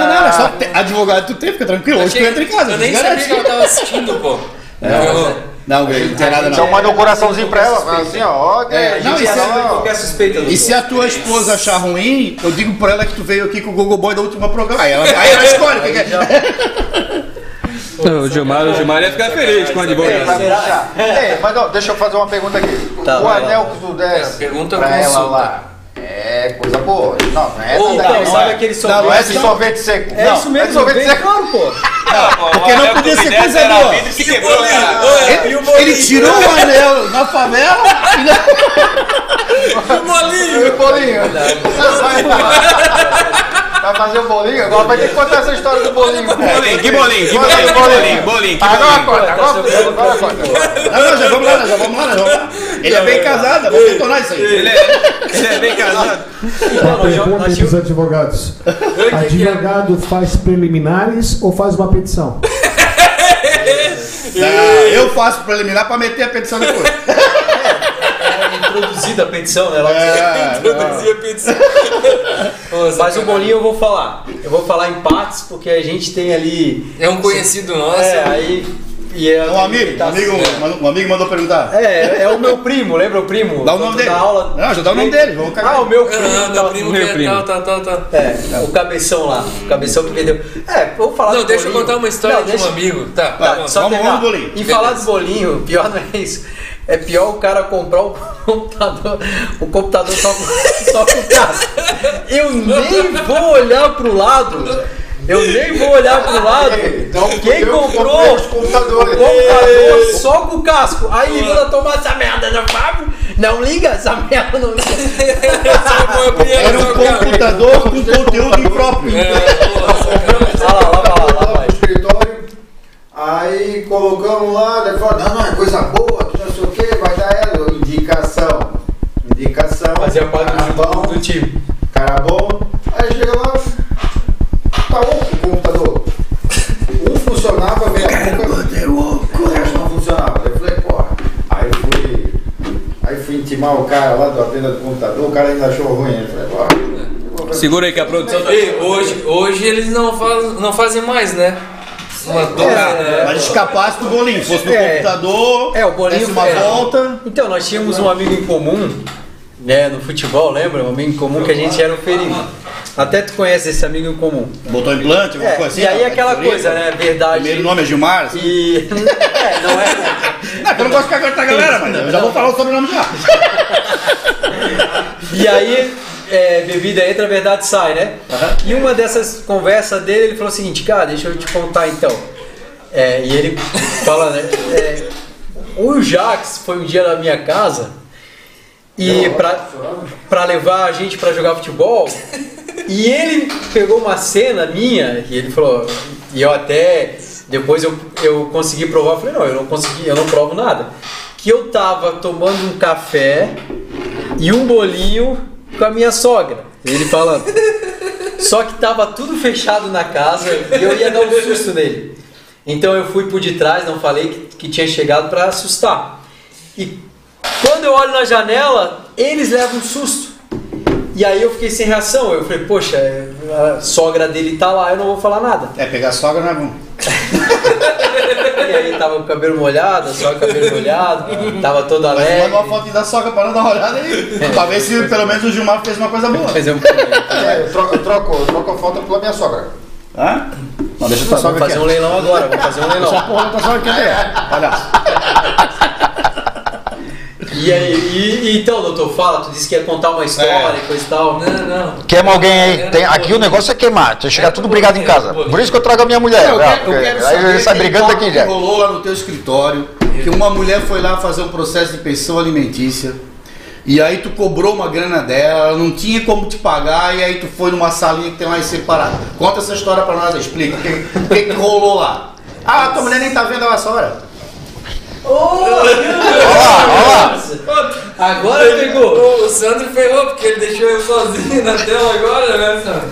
C: Não, não, é só te- advogado tu tem, fica tranquilo. Hoje tu entra em casa,
B: eu nem
C: te
B: sabia que
C: garante.
B: ela tava assistindo, pô.
F: É.
B: Eu-
C: Não, Greg, não tem nada
F: Então
C: não.
F: manda um coraçãozinho pra ela, fala assim, ó, ó, Gleice,
C: não,
F: ó,
C: isso é-
F: ó.
D: Qualquer suspeita do
C: E
F: é
C: se a tua esposa achar ruim, eu digo pra ela que tu veio aqui com o Google Boy da última programa. Aí ela, aí ela escolhe o que que é.
A: Não, o Gilmar, o Gilmar ia ficar feliz com a
C: É,
F: Ei,
A: advogada.
F: vai puxar. Ei, mas ó, deixa eu fazer uma pergunta aqui.
D: Tá,
F: o
D: vai lá.
F: anel que tu
B: É,
F: desce
B: pergunta
F: pra
B: com
F: ela
B: consulta.
F: lá, é coisa boa. Não, não é
B: Ou
F: essa
D: Não,
F: daí, não
D: sabe
F: é.
D: aquele
C: Não,
F: Não é
D: sorvete?
F: esse sorvete seco.
D: É
F: não,
D: isso mesmo,
F: sorvete
D: vem,
F: seco.
D: claro, pô.
C: Porque não podia ser coisa boa.
G: Se quebrou, cara.
B: Olha, e o bolinho?
C: Ele tirou o anel na favela.
B: E o bolinho?
F: E o bolinho? Não, vai, vai. Tá fazer o bolinho, agora vai ter que contar essa história do bolinho.
G: Bolinho, que bolinho, que bolinho, que bolinho, bolinho, que
F: Agora
G: bolinho.
F: conta, agora conta, agora conta.
C: Não, não, já vamos lá, né, já vamos lá, né, vamos lá. Ele é bem casado, vamos contornar isso aí.
G: Ele é, ele é bem casado.
D: Então, nós,
H: Pergunta
D: nós
H: dos
D: tínhamos-
H: advogados.
A: É
B: é
H: Advogado faz preliminares ou faz uma petição?
C: Tá, eu faço preliminar pra meter a petição depois.
D: era introduzida a petição, né? Logo
C: É, não.
B: Produzia pizza.
D: Mas o um bolinho eu vou falar. Eu vou falar em partes, porque a gente tem ali.
B: É um conhecido nosso.
D: É, aí. E é,
C: Um amigo, um
D: tá-
C: amigo, um amigo mandou perguntar.
D: É, é o meu primo, lembra o primo?
C: Dá o nome
D: Quando
C: dele.
D: dá Aula...
C: Não, já dá o nome dele, vamos cagar.
D: Ah, o meu primo.
B: Ah, meu
D: tá-
B: primo
A: meu
B: que é
A: primo.
B: tal, tal, tal, tal.
D: É, o cabeção lá. O cabeção que vendeu. É, vou falar
B: Não,
D: do
B: deixa eu
D: bolinho.
B: contar uma história
D: Não,
B: de
D: deixa-
B: um amigo. Tá,
D: Tá,
B: tá bom.
D: só
C: vamos-
D: terminar.
C: vamos no bolinho.
D: E falar do bolinho, pior não é isso. É pior o cara comprar o computador, o computador só com, só com casca. Eu nem vou olhar pro lado. Eu nem vou olhar pro lado.
C: Então,
D: Quem
E: eu
D: comprou
E: comprei
D: o
E: os computadores.
D: computador
C: É.
D: só com casco? Aí manda tomar essa merda, não Fábio? Não liga essa merda, não liga.
B: Só com é a Bia,
C: Era um
B: só com a-
C: computador com conteúdo impróprio.
B: É,
D: Olha lá, lá, lá, lá, lá,
E: Lá
D: vai.
E: no escritório, aí colocamos lá, daí falaram, não, não, é coisa boa, que não sei o que, vai dar ela, indicação. Indicação.
D: Fazia parte
E: cara
D: do né?
E: bom,
D: do time.
E: cara bom. Aí chega lá, tá louco o computador. Um funcionava, meia boca, o resto não funcionava. Eu falei, porra. Aí fui, aí fui intimar o cara lá da venda do computador, o cara ainda achou ruim. Eu falei, porra. eu vou ver."
A: Segura aí que a produção tá.
B: Ei, hoje, hoje eles não, faz, não fazem mais, né? Uma dúvida.
C: Mas escapasse do bolinho, fosse do
D: É.
C: computador,
D: É, o bolinho
C: desse uma
D: é.
C: volta.
D: Então, nós tínhamos um amigo em comum, né, no futebol, lembra? Um amigo em comum que a gente era o Ferinho. Até tu conhece esse amigo em comum.
C: Botou implante, alguma
D: É,
C: coisa assim.
D: e aí
C: tá?
D: aquela
C: Teoria.
D: coisa, né, verdade
C: Primeiro nome é Gilmar. assim.
D: e... É, não é,
C: Não, que eu não gosto de ficar com a galera, mas eu já vou falar o sobrenome já.
D: E aí, é, bebida entra, a verdade sai, né? E uma dessas conversas dele, ele falou o seguinte, cara, deixa eu te contar então. É, e ele fala, né? é, o Jax foi um dia na minha casa e pra, pra levar a gente pra jogar futebol. E ele pegou uma cena minha e ele falou, e eu até depois eu, eu consegui provar, eu falei, não, eu não consegui, eu não provo nada. Que eu tava tomando um café e um bolinho com a minha sogra. Ele falando. Só que tava tudo fechado na casa e eu ia dar um susto nele. Então eu fui por detrás, não falei que, que tinha chegado pra assustar. E quando eu olho na janela, eles levam um susto. E aí eu fiquei sem reação. Eu falei, poxa, é, a sogra dele tá lá, eu não vou falar nada.
C: É, pegar sogra não é bom.
D: E aí tava com o cabelo molhado, a sogra com o cabelo molhado, tava toda
C: Mas
D: alegre.
C: manda uma foto da sogra para dar uma olhada
F: É.
C: aí. pra ver se pelo menos o Gilmar fez uma coisa boa.
D: Mas
A: um
D: eu vou
E: É, eu troco, eu troco, eu troco a foto pela minha sogra.
C: Hã? Não, deixa tua sogra
D: fazer
C: aqui.
D: um leilão agora, vou fazer um leilão.
C: Porra, da tua sogra aqui é. Palhaço.
D: E aí, e- e então, doutor, fala, tu disse que ia contar uma história, e coisa e tal.
B: Não, não.
F: Queima alguém aí. Tem, aqui o negócio é queimar. Tem que chegar tudo brigado em casa. Por isso que eu trago a minha mulher.
C: Eu
F: ó,
C: quero, eu
F: porque
C: quero
F: aí ele
C: saber
F: sai
C: quem
F: brigando
C: papo
F: daqui
C: que
F: já.
C: rolou lá no teu escritório, que uma mulher foi lá fazer um processo de pensão alimentícia. E aí tu cobrou uma grana dela, ela não tinha como te pagar, e aí tu foi numa salinha que tem lá em separado. Conta essa história pra nós, explica. O que, o que que rolou lá? Ah, tua mulher nem tá vendo a hora.
D: Agora pegou.
B: O Sandro ferrou, porque ele deixou eu sozinho na tela agora, né, Sandro?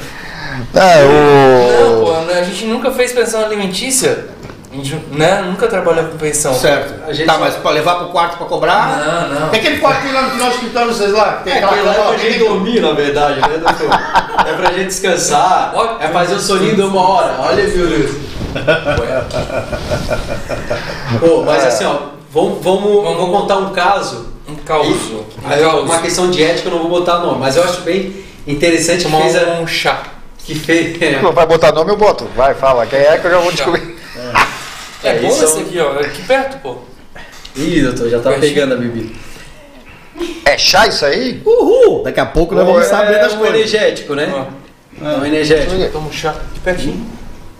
F: É,
B: Não,
F: o.
B: pô, né, a gente nunca fez pensão alimentícia. A gente, né, nunca trabalhou com pensão.
C: Certo.
D: A gente-
C: Tá, mas pra levar pro quarto pra cobrar? é
B: Não, não.
C: Tem aquele quarto lá no final do escritório, vocês lá? Tem
D: É,
C: aquela
D: aquele lá é
C: cama,
D: pra gente
C: tem-
D: dormir, na verdade, né, doutor? É pra gente descansar, é fazer o soninho de uma hora. Olha, meu Deus. Pô, mas assim, ó, vamos, vamos, vamos contar um caso.
B: Um caos. Um
D: Aí, ó, uma
B: caos.
D: questão de ética, eu não vou botar nome, mas eu acho bem interessante que
B: Tomar
D: fez a-
B: um chá.
D: que fez.
F: Vai botar nome, eu boto. Vai, fala. Quem é que eu já vou descobrir?
B: É,
D: É,
B: bom
D: isso é
B: esse
D: um-
B: aqui, ó. Aqui perto, pô.
D: Ih, doutor, já tá
B: Pertinho.
D: pegando a bebida.
F: É chá isso aí?
C: Uhul! Daqui a pouco nós vamos saber das
D: é um
C: coisas.
D: energético, né? É um energético.
B: Toma um chá. Aqui pertinho.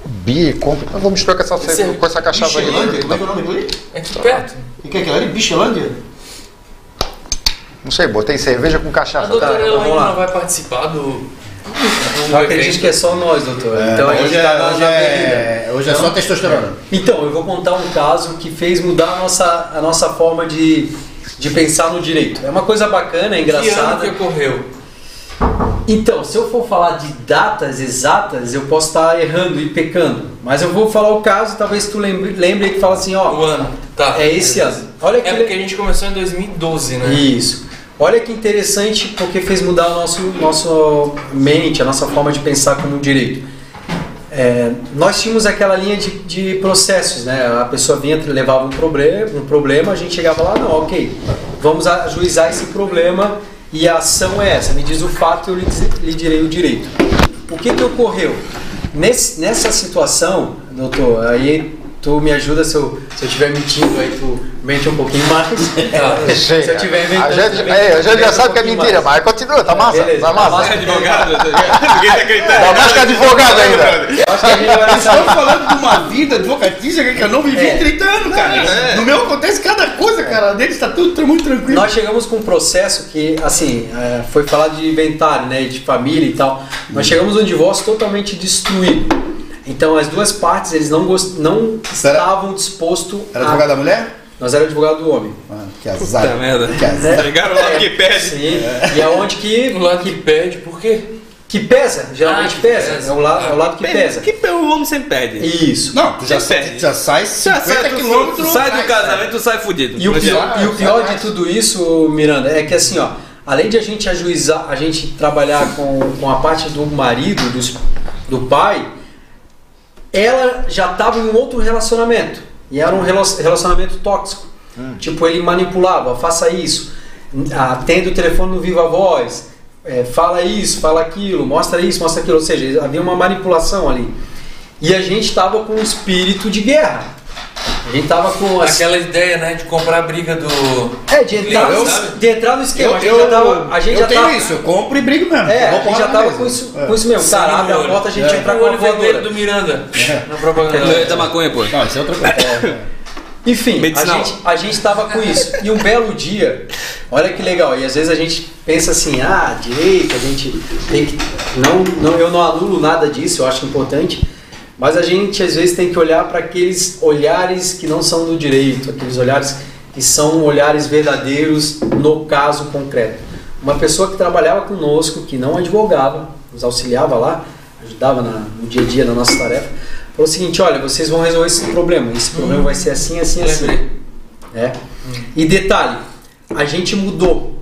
F: Bi, compra. Eu vou misturar com essa,
B: Esse-
F: com essa cachaça aí.
E: Bichelândia? Como é que é o nome dele?
D: Tá
B: Aqui perto.
E: O que é aquilo ali? Bichelândia?
F: Não sei, botei cerveja com
B: A
F: cachaça.
D: tá,
B: doutora
D: então vamos
B: Elaine
D: lá.
B: não vai participar do...
D: Eu acredito que é só nós, doutor. então a gente
E: hoje
D: tá
E: é,
D: na-
E: hoje
D: na
E: é,
D: avenida.
E: hoje é
D: Então-
E: só testosterona.
D: Então, eu vou contar um caso que fez mudar a nossa, a nossa forma de, de pensar no direito. É uma coisa bacana, é
B: Que ano que
D: engraçada.
B: ocorreu?
D: Então, se eu for falar de datas exatas, eu posso estar errando e pecando. Mas eu vou falar o caso, talvez tu lembre, lembre que fala assim, ó.
B: O ano. Tá.
D: É esse ano. Olha que
B: É porque a gente começou em 2012, né?
D: Isso. Olha que interessante porque fez mudar a nossa nosso mente, a nossa forma de pensar como direito. É, nós tínhamos aquela linha de, de processos, né? A pessoa vinha, levava um problema, um problema, a gente chegava lá, não, ok, vamos ajuizar esse problema e a ação é essa. Me diz o fato e eu lhe, diz- lhe direi o direito. O que, que ocorreu? Nesse- nessa situação, doutor, aí tu me ajuda se eu se eu estiver mentindo, aí tu mente um pouquinho mais.
F: Isso aí,
D: Se eu tiver
F: a
D: inventando,
F: gente,
D: também,
F: é, a gente já
D: inventa
F: sabe
D: um
F: que é
D: pouquinho
F: mentira,
D: mais.
F: mas continua, tá massa,
D: Beleza,
F: tá massa.
D: massa.
G: Advogado, tá ligado? ninguém tá acreditando.
F: Tá mais que advogado ainda.
D: Eu acho que é a gente vai
E: Estamos Tá falando de uma vida advocatícia que eu não é. vivi
D: É.
E: em 30 anos, cara. No meu acontece cada coisa, cara. Deles tá tudo tran- muito tranquilo.
D: Nós chegamos com um processo que, assim, é, foi falado de inventário, né, de família e tal.
E: Uhum.
D: Nós chegamos num divórcio totalmente destruído. Então, as duas partes, eles não, gost... não
E: Será?
D: estavam dispostos
E: Era advogado da mulher?
D: Nós éramos advogado do homem.
E: Ah, que azar.
A: Puta merda. Tá
E: Que azar.
G: Pegaram lá porque
D: É.
G: perde.
D: Sim. E é onde que,
B: O lado que pede, por quê?
D: que pesa, geralmente
B: Ah, que
D: pesa.
B: pesa.
D: É, o lado, é o lado que pesa.
G: Que o homem sempre perde.
D: Isso.
E: Não, tu já,
G: Você perde.
E: já sai 50 quilômetros.
A: Sai do
E: atrás,
D: tá
A: casamento, tu sai fudido.
D: E o
A: Mas é.
D: pior, e o pior de tudo isso, Miranda, é que assim, ó, além de a gente ajuizar, a gente trabalhar com, com a parte do marido, dos, do pai, ela já estava em um outro relacionamento. E era um rela- relacionamento tóxico.
A: Hum.
D: Tipo, ele manipulava, faça isso, atenda o telefone no viva voz, é, fala isso, fala aquilo, mostra isso, mostra aquilo. Ou seja, havia uma manipulação ali. E a gente estava com um espírito de guerra. A gente estava com assim, as-
B: Aquela ideia, né, de comprar a briga do.
D: é, de entrar,
B: Legal,
D: no,
B: sabe?
D: de entrar no
E: Eu,
D: esquema.
E: eu,
D: a gente já tava. A gente
E: eu
D: já
E: tenho
D: tava,
E: isso, eu compro e brigo mesmo.
D: É,
E: Eu vou
D: a gente
E: pra
D: já
E: lá
D: tava
E: mesmo.
D: com isso,
E: É.
D: com isso mesmo. Cara,
B: Sangue
D: abre
B: no
D: a
B: olho.
D: porta, a gente
B: É.
D: entra
B: O
D: com a
B: olho vermelho
D: voadora.
B: do Miranda. Na
A: Não, é
B: propaganda.
A: da maconha, pô.
E: Não, isso é outra coisa.
D: Enfim, a
A: Medicinal.
D: gente, a gente tava com isso. E um belo dia, olha que legal, e às vezes a gente pensa assim, ah, direito, a gente tem que. Não, não, eu não anulo nada disso, eu acho importante. Mas a gente às vezes tem que olhar para aqueles olhares que não são do direito, aqueles olhares que são olhares verdadeiros no caso concreto. Uma pessoa que trabalhava conosco, que não advogava, nos auxiliava lá, ajudava na- no dia a dia na nossa tarefa, falou o seguinte: olha, vocês vão resolver esse problema, esse problema vai ser assim, assim, assim.
B: Lembrei.
D: É. E detalhe, a gente mudou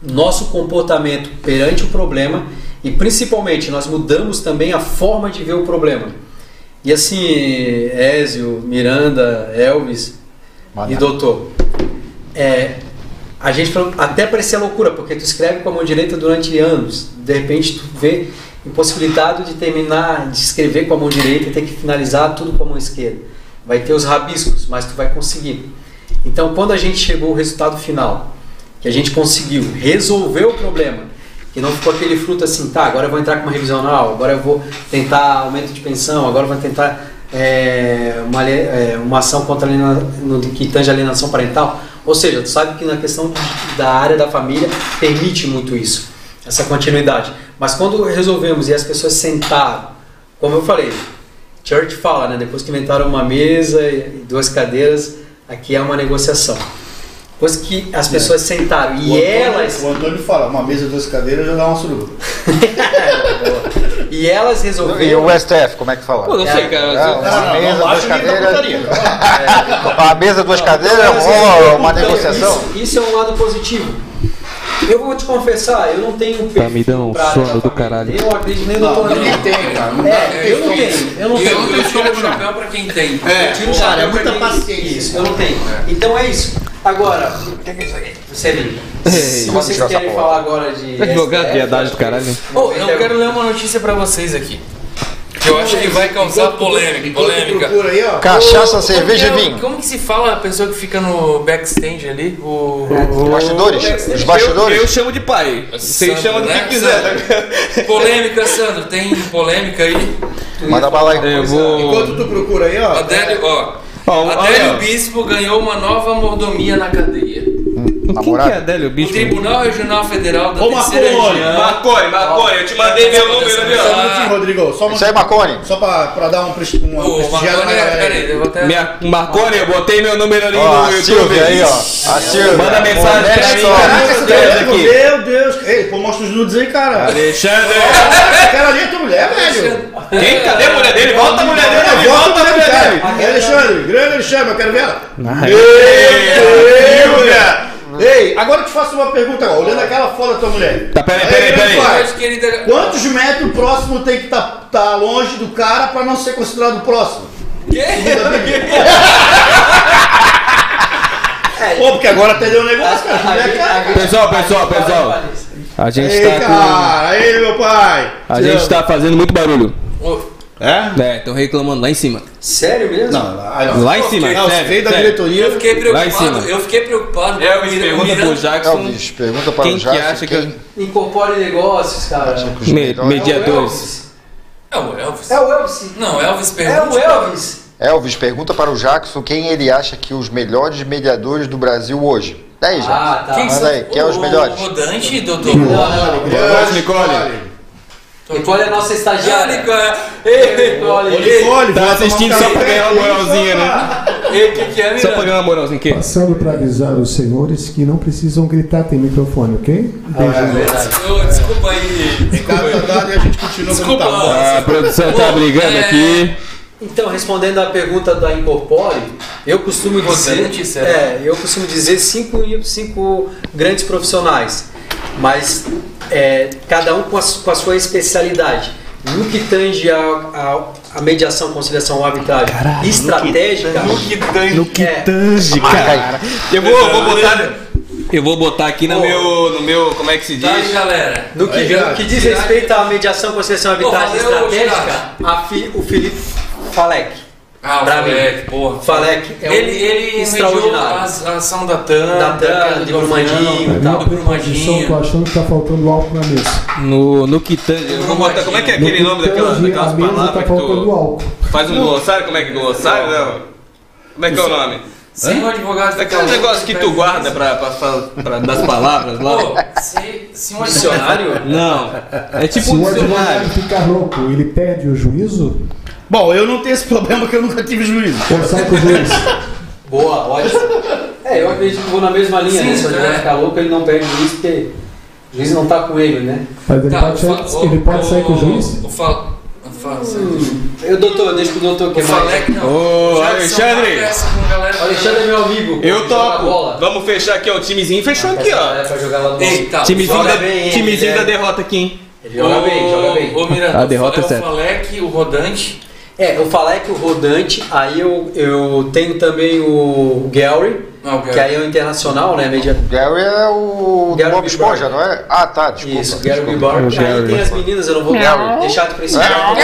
D: nosso comportamento perante o problema e principalmente nós mudamos também a forma de ver o problema. E assim, Ézio, Miranda, Elvis e doutor, é, a gente falou, até parecia loucura, porque tu escreve com a mão direita durante anos, de repente tu vê impossibilidade de terminar, de escrever com a mão direita e ter que finalizar tudo com a mão esquerda. Vai ter os rabiscos, mas tu vai conseguir. Então, quando a gente chegou ao resultado final, que a gente conseguiu resolver o problema, que não ficou aquele fruto assim, tá, agora eu vou entrar com uma revisional, agora eu vou tentar aumento de pensão, agora eu vou tentar é, uma, ale- é, uma ação contra a aliena- no que tange a alienação parental. Ou seja, tu sabe que na questão da área da família permite muito isso, essa continuidade. Mas quando resolvemos e as pessoas sentaram, como eu falei, Church fala, né? Depois que inventaram uma mesa e duas cadeiras, aqui é uma negociação. Depois que as pessoas sentaram e
E: É. O Antônio-
D: elas
E: O Antônio fala, uma mesa, duas cadeiras, já dá uma suruba.
D: e elas
F: E
D: resolveram.
F: o STF, como é que fala?
A: Pô, não sei, cara.
F: Uma mesa, duas
E: acho que ainda
F: cadeiras.
E: putaria, cara.
F: Uma mesa, duas cadeiras,
D: Elas
F: é uma,
D: resolveram,
F: uma
D: então,
F: negociação.
D: Isso, isso é um lado positivo. Eu vou te confessar, eu não tenho um perfil
A: me dando um
D: pra área
A: sono
D: da
A: do
D: família.
A: caralho.
D: Eu acredito nem no
E: Não,
D: Tony.
E: ninguém tem, cara. Não dá-
D: É, eu não tenho, eu não
B: E
D: tenho.
B: eu não tenho como chapéu pra quem tem.
E: É.
D: Tira o
E: Cara,
D: chapéu
E: é muita
D: pra quem-
E: paciência.
D: Isso, eu não tenho. Então é isso. Agora, o que é isso aqui? Sério, se
F: vamos
D: vocês
F: tirar essa
D: querem
F: porra.
D: falar agora de.
A: Advogado,
D: STF,
A: viadagem do caralho. né?
B: Ô, eu quero ler uma notícia pra vocês aqui. Que eu acho que vai causar polêmica. polêmica.
E: Procura aí, ó.
F: Cachaça,
B: Ô,
F: cerveja e
B: como que é o-
F: vinho.
B: Como que se fala a pessoa que fica no backstage ali? O.
A: É.
F: Os bastidores? Os bastidores?
A: Eu, eu chamo de pai. Vocês
B: Sandro,
A: chamam do
B: né?
A: que quiser. tá
B: Polêmica, Sandro, tem polêmica aí?
F: Manda bala aí.
A: Eu vou.
E: Enquanto tu procura aí, ó.
B: Adélio, ó.
A: Ó, Ah, olha.
B: Adélio Bispo ganhou uma nova mordomia na cadeia.
A: Quem que é
F: namorada.
A: Adélio
B: O
A: Bispo?
B: Tribunal Regional Federal da
I: Ô,
B: Terceira
I: Marconi,
B: Região.
G: Marconi, Marconi, eu te mandei meu número,
B: Só um
A: Ah,
G: meu.
B: minutinho,
I: Rodrigo,
A: é?
I: só um
F: Isso é aí, Marconi.
I: Só pra, pra dar um pres- uma
B: Ô,
I: prestigiada
B: Marconi,
I: na galera aí.
B: peraí, eu vou até...
A: Minha, Marconi, eu botei meu número ali
F: Ó,
A: no
F: a
A: YouTube.
F: Silvia aí, ó. A Silvia.
A: Manda mensagem pra
F: Moleque,
A: mim.
F: ó.
A: Caraca, essa mulher
I: Rodrigo,
A: aqui.
I: Meu Deus. Ei, pô, mostra os nudes aí, cara.
A: Alexandre.
I: Aquela ali é tua mulher, velho. é
A: Quem? Cadê a mulher dele? Volta a mulher dele.
I: Cara,
A: aí,
I: volta
A: Volta a
I: pra
A: mulher
I: cara.
A: dele.
I: É Alexandre, grande Alexandre, eu quero ver ela.
A: Ah, é? Ei,
I: Silvia. Ei, agora eu te faço uma pergunta, ó, olhando aquela foto da tua mulher.
A: Tá, peraí,
I: Aí,
A: peraí,
I: grande
A: peraí.
I: pai,
B: Eu acho que ele tá-
I: Quantos metros próximo tem que estar longe do cara pra não ser considerado próximo?
D: É,
I: Pô, porque agora até deu um negócio, cara. Mulher, cara.
A: Pessoal, pessoal, pessoal. A gente
I: Ei,
A: tá
I: cara, ei, meu pai.
A: com... A
I: Te
A: gente
I: amo.
A: tá fazendo muito barulho.
I: É?
A: É, estão reclamando lá em cima.
D: Sério mesmo?
I: Não, lá, não.
A: Lá em cima,
C: é
I: Não, se
A: sério.
I: veio da
A: sério.
I: diretoria.
B: Eu fiquei
A: Lá em cima.
B: preocupado, eu fiquei preocupado.
G: É, me
A: Pergunta pro Jackson.
F: Elvis, pergunta para
A: Quem
F: o
A: que
F: Jackson
A: acha que-
F: quem
D: Incorpore negócios, cara.
F: acha que os
A: Me-
F: melhores-
A: mediadores.
B: É o Elvis.
D: É o Elvis.
B: Não, Elvis pergunta.
D: É o Elvis.
F: Elvis, pergunta para o Jackson quem ele acha que os melhores mediadores do Brasil hoje. Daí, Jackson.
D: Ah, tá.
B: Quem
F: Manda
B: são-
F: aí, quem é os
B: o-
F: melhores?
B: O Rodante, doutor.
D: Não, não.
I: Grande
A: Nicole.
B: Tô-
D: Nicole é a nossa estagiária.
B: Nicole.
D: Ei,
I: Ô,
D: Nicole.
I: Nicole,
A: Tá
I: vai
A: assistindo
I: tomar um
A: só pra
I: café.
A: ganhar uma moralzinha, né?
B: Ei, o que que é,
A: Só pra
B: Miranda?
A: ganhar uma moralzinha aqui.
H: Passando para avisar os senhores que não precisam gritar, tem
A: Ah, é,
H: microfone, ok? Beijo.
B: Ô, Desculpa aí. Desculpa
I: Recado
B: aí.
I: tá dado e a gente continua como
B: Desculpa.
I: tá bom.
A: A produção tá brigando aqui.
D: Então, respondendo à pergunta da Incorpore, eu costumo dizer,
B: Rodante, será?
D: é, eu costumo dizer cinco, cinco grandes profissionais, mas é, cada um com a, su- com a sua especialidade. No que tange a, a, a mediação, conciliação ou arbitragem estratégica,
A: No
D: que É.
A: tange,
F: cara.
A: Eu vou, eu vou botar. Eu vou botar aqui no meu. No meu. Como é que se
B: Tá aí,
A: diz?
B: galera.
D: no que,
I: Aí, cara.
D: no que diz respeito à mediação, conciliação e
B: Pô,
D: arbitragem
B: valeu,
D: estratégica,
B: Chirac.
D: a Fi- o Felipe Falec.
B: Ah, o
D: Pra mim.
B: Falec, porra.
D: Falec é um
B: ele ele mediou
D: extraordinário.
B: a, a ação da TAM,
D: Da TAM, do Brumadinho.
H: É
D: Tá,
H: minha preocupação, tô achando que tá faltando álcool na mesa.
A: No, no que tange. Eu vou botar. Como é que é aquele
H: No
A: nome daquela,
H: tange
A: daquelas
H: a mesa,
A: palavras
H: tá
A: que
H: faltando
A: tu.
H: álcool.
A: Faz um glossário? Como é que é glossário? Não. Como é que é o nome?
B: Sem o advogado né?
A: Aquele um negócio que tu guarda pra, pra, pra, pra- das palavras
B: Pô,
A: lá.
B: se, se um adicionário.
A: Não. É tipo
H: Se
A: um
H: o advogado
A: dicionário.
H: ficar louco, ele perde o juízo?
I: Bom, eu não tenho esse problema que eu nunca tive juízo.
H: Ou sai com o juiz?
D: Boa, ótimo. É, eu acredito que vou na mesma linha,
B: Sim,
D: né? Se o advogado
B: é.
D: ficar louco, ele não perde o juiz, porque o juiz não tá com ele, né?
H: Mas ele
B: Tá,
H: pode, sair,
B: o-
H: ele pode sair com o juiz?
B: O Fa- o Fa-
D: Eu, doutor, deixa pro doutor
B: o
D: que é mais.
B: Falec não.
A: Ô,
B: O Jackson
A: Alexandre.
B: marca essa com a galera.
D: Alexandre é meu amigo. pô,
A: Eu
D: joga
A: topo.
D: bola.
A: Vamos fechar aqui, ó. O timezinho fechou aqui,
D: Essa galera
A: ó.
D: é pra jogar lá no
B: Eita,
A: Timezinho,
D: joga
A: da,
D: bem, hein,
A: timezinho da
D: Guilherme.
A: derrota aqui, hein?
D: Ele joga bem, joga bem.
B: Ô, Miranda,
A: A derrota é
B: é o
A: certa.
B: Falec, o Rodante.
D: É, eu falei que o Rodante, aí eu, eu tenho também o Gary,
B: Não, Ah, o Gary.
D: que aí é o internacional, né? Media...
F: Gary é o do
D: Gary
F: Bob
D: Gilbert.
F: Esponja, não é? Ah, tá, desculpa.
D: Isso, Gary
F: desculpa. É?
D: Bibar. Aí
A: Gary.
D: tem as meninas, eu não vou
F: Gary.
D: deixar de precisar.
A: Ah,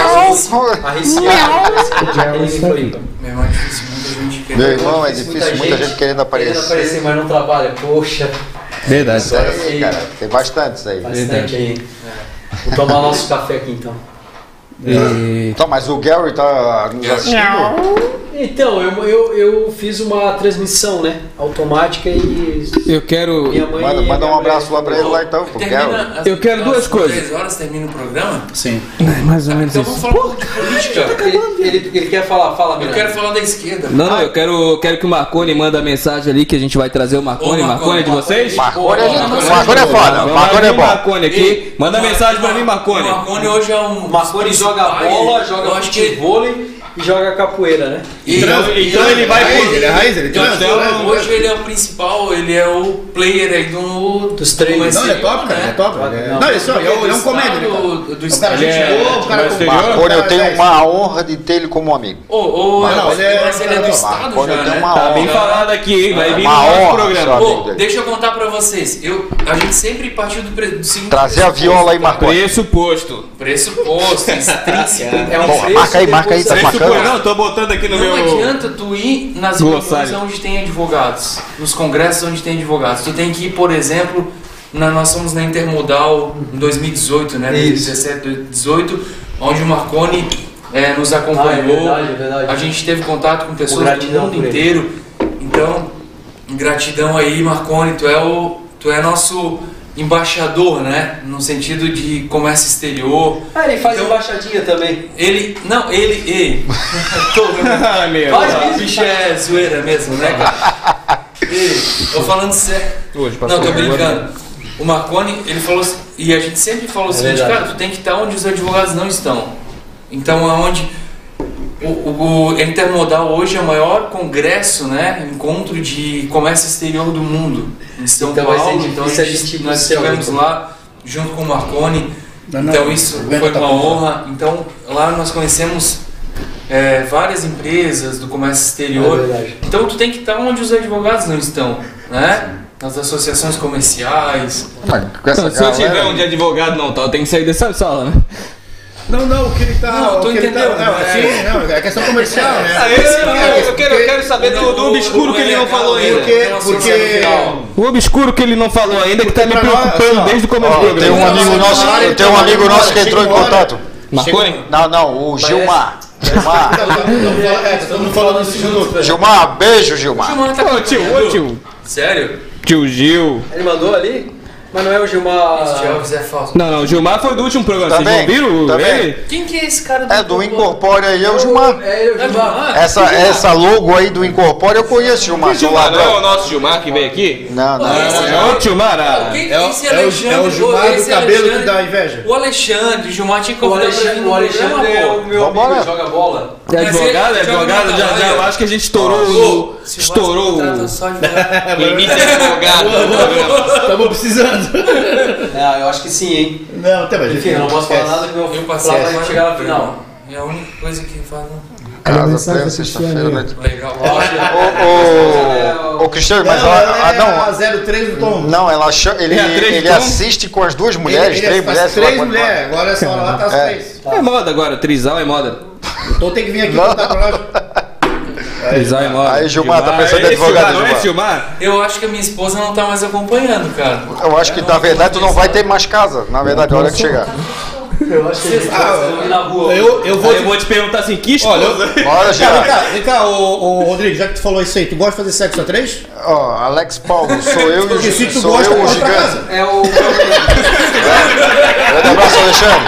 F: Não.
D: Arriscar.
H: Gary está aqui.
B: Meu irmão, é difícil, muita gente quer.
F: Meu irmão, é difícil, muita gente querendo
D: Querendo
F: aparecer.
D: aparecer, mas não trabalha. Poxa,
A: Verdade.
F: Isso aí, É, cara, tem bastante isso aí.
D: bastante aí. Vou tomar nosso café aqui então.
F: Então, mas o Gary tá nos assistindo?
D: Então, eu, eu, eu fiz uma transmissão, né? Automática e
A: Eu quero.
D: minha mãe.
F: Manda, manda um abraço lá pra ele lá então, pro Gary.
B: Termina,
A: Eu quero duas coisas.
B: 3 horas termina o programa?
D: Sim.
A: Mais ou menos
B: Então vamos falar um pouco de política.
D: Ele, ele, ele quer falar, fala,
B: Eu
D: Miranda.
B: quero falar da esquerda.
A: Não, não, eu quero, quero que o Marconi manda a mensagem ali que a gente vai trazer o Marconi. Marconi,
B: Ô, Marconi,
A: é de vocês?
F: Marconi, é-
B: Marconi é
F: Marconi é foda,
A: Vamos
F: Marconi é
A: abrir o
F: bom.
A: Marconi aqui. Manda mensagem pra mim, Marconi.
B: O Marconi hoje é um.
D: Marconi joga
B: Ai,
D: bola,
B: eu
D: joga
B: acho que-
D: futebol e joga capoeira, né?
B: E-
I: Então-
B: e-
I: então ele vai
B: e-
I: pro- ele é raiz, ele
B: Então,
I: transa, né?
B: Hoje ele é o principal, ele é o player aí do,
D: Dos treinos.
I: Não, ele é top, cara. Ele é top. ele é- Não, isso é, é um- é um comédia. ele é top.
B: Do, do
I: É um cara
B: estado-
I: gente
A: é-
I: boa, um cara
A: do
I: com
A: exterior?
I: barba,
F: Marconi, eu
I: cara
F: tenho
C: é
I: dez.
F: uma honra de ter ele como amigo.
B: Ô, ô,
I: Mas não,
B: mas
I: ele é-
B: ele é do
I: Marconi
B: estado
F: tem
B: já, né?
F: uma
A: Tá bem
F: Já.
A: falado aqui, hein? Vai vir no
F: Uma
A: nosso
F: honra,
A: programa.
F: só.
B: Ô,
F: dele.
B: deixa eu contar pra vocês. Eu, a gente sempre partiu do, pre, do seguinte...
F: Trazer a viola aí, Marconi.
A: Preço posto.
B: Preço posto, intrínseco.
D: É um
F: Bom,
D: preço,
F: marca aí, marca aí,
D: depois
F: tá
D: a-
A: Preço posto.
F: marcando?
A: Não, tô botando aqui no
B: Não
A: meu.
B: adianta tu ir nas
A: Glossário.
B: reuniões onde tem advogados, nos congressos onde tem advogados. Tu tem que ir, por exemplo, na, nós somos na Intermodal em 2018, né?
D: Isso.
B: 2017, 2018, onde o Marconi eh, nos
D: Ah, é
B: acompanhou.
D: verdade, é verdade.
B: A gente teve contato com pessoas do
D: gratidão
B: mundo
D: por ele.
B: inteiro. Então, Gratidão aí, Marconi, tu é o tu é nosso embaixador, né? No sentido de comércio exterior.
D: Ah, ele faz embaixadinha também.
B: Ele, não, ele, ei. Tô,
A: Ai, meu.
B: Olha, o bicho é zoeira mesmo, né, cara? Ei, tô falando sério.
A: Hoje,
B: Não, tô brincando. O Marconi, ele falou assim, e a gente sempre falou o seguinte,
D: É verdade.
B: cara, tu tem que estar onde os advogados não estão. Então, aonde o, o, o Intermodal hoje é o maior congresso, né, encontro de comércio exterior do mundo em São
D: Então vai ser
B: Paulo.
D: difícil
B: Então
D: a
B: nós
D: gente buscar
B: estivemos
D: alguém.
B: lá junto com o Marconi.
C: Não, não,
B: então isso
C: aguenta
B: foi uma
C: a porra.
B: honra. Então lá nós conhecemos é, várias empresas do comércio exterior.
D: É verdade.
B: então tu tem que estar onde os advogados não estão, né? Nas associações comerciais.
F: Mano, com essa né?
A: Se eu tiver
F: galera-
A: um de advogado não, tá, eu tenho que sair dessa sala, né?
C: Não, não, o que ele tá.
B: Não, tu
C: o que ele tá-
B: entendeu,
C: não,
B: né?
C: sim, não, é questão comercial, né?
A: Ah, Eu quero, eu quero saber
B: Então,
A: do, do um obscuro que ele é não falou
B: é
A: ainda.
C: Porque-
B: Porque,
C: porque-
A: O obscuro que ele não falou ainda, que tá me
C: Pra nós,
A: preocupando
C: assim, ó,
A: desde o começo do
F: Ó, tem um
A: programa.
F: amigo nosso, eu tenho um amigo nosso que entrou em contato.
A: Marconi?
F: Não, não, o Gilmar. Gilmar,
C: É, tá todo mundo falando isso junto.
F: Gilmar, beijo, Gilmar.
A: Ô tio, ô tio.
B: tá né? Sério?
A: Tio Gil.
D: Ele mandou ali? Mas não é o Gilmar.
B: Esse Elvis é falso.
A: Não, não, o Gilmar foi do último programa. Vocês
F: Também,
A: não viram
F: também.
A: ele?
B: Quem que é esse cara
F: É do Incorpore aí, é o Gilmar.
D: É ele, o
B: É do
D: Gilmar.
B: Gilmar?
F: Essa, essa logo aí do Incorpore eu conheço, Gilmar. Sou
A: Gilmar, não é o
F: ladrão.
A: nosso Gilmar que veio aqui?
F: Não, não.
A: É o Gilmar. ah.
B: Quem que
C: É o-
B: esse
C: é o-
B: Alexandre?
C: é o Gilmar
B: Esse
C: do cabelo
B: Alexandre-
C: que dá inveja.
B: O Alexandre, o Gilmar tinha que
D: O
B: convidar pra vir
D: Alexandre,
B: no
D: o Alexandre é
B: programa,
D: o
B: pô.
D: meu amigo
F: Vambora.
D: que joga bola.
A: É advogado, é
B: Mas ele-
A: advogado, já, já, eu acho que a gente estourou, o-
B: Ô, se o
A: estourou
B: Vasco trata
A: o
B: só advogado.
A: limite de é advogado do programa.
C: Estamos precisando.
D: Ah, eu acho que sim, hein?
C: Não, tá, até mais.
D: Enfim, eu não posso falar nada que meu
B: Eu
D: filho
B: passei
D: passar vai
B: agora
D: chegar
B: no
D: na final.
B: É a única coisa que faz um
F: Casa Plena, sexta-feira, noite.
B: legal.
F: Ô, ô, ô, Cristiano, mas
C: não,
F: a, a-
C: ela é a
F: não.
C: 03 do Tom.
F: Não, ela cha- ele,
A: É a três,
F: ele
A: então?
F: assiste com as duas mulheres,
C: Ele- ele
F: três
C: faz
F: mulheres, sei lá
C: Três
F: quanto-
C: mulheres, agora essa hora lá tá as
F: É.
C: três.
A: É moda agora, trisal é moda.
C: Então tem que vir aqui contar pra nós.
A: Trisal é moda.
F: Aí, Gilmar, tá pensando em
A: esse
F: advogado,
A: Gilmar, não é esse Gilmar?
B: Eu acho que a minha esposa não tá mais acompanhando, cara.
F: Eu acho que na verdade tu não vai ter mais casa, na verdade, a hora que chegar.
D: Eu acho que eles
B: tá-
D: vão ir na rua.
C: Eu, eu vou.
A: Aí eu vou te perguntar assim, que
C: Olha,
A: esposa?
C: eu...
F: Bora,
C: Cara, vem
F: Gilmar.
C: cá, vem cá, ô, ô, Rodrigo, já que tu falou isso aí, tu gosta de fazer sexo a três?
F: Ó, Alex Paulo, sou eu e o
C: Porque se
F: gi-
C: tu
F: sou
C: gosta,
F: eu o
C: pode ir pra
F: gigante.
C: casa.
D: É o.
F: Grande abraço, Alexandre.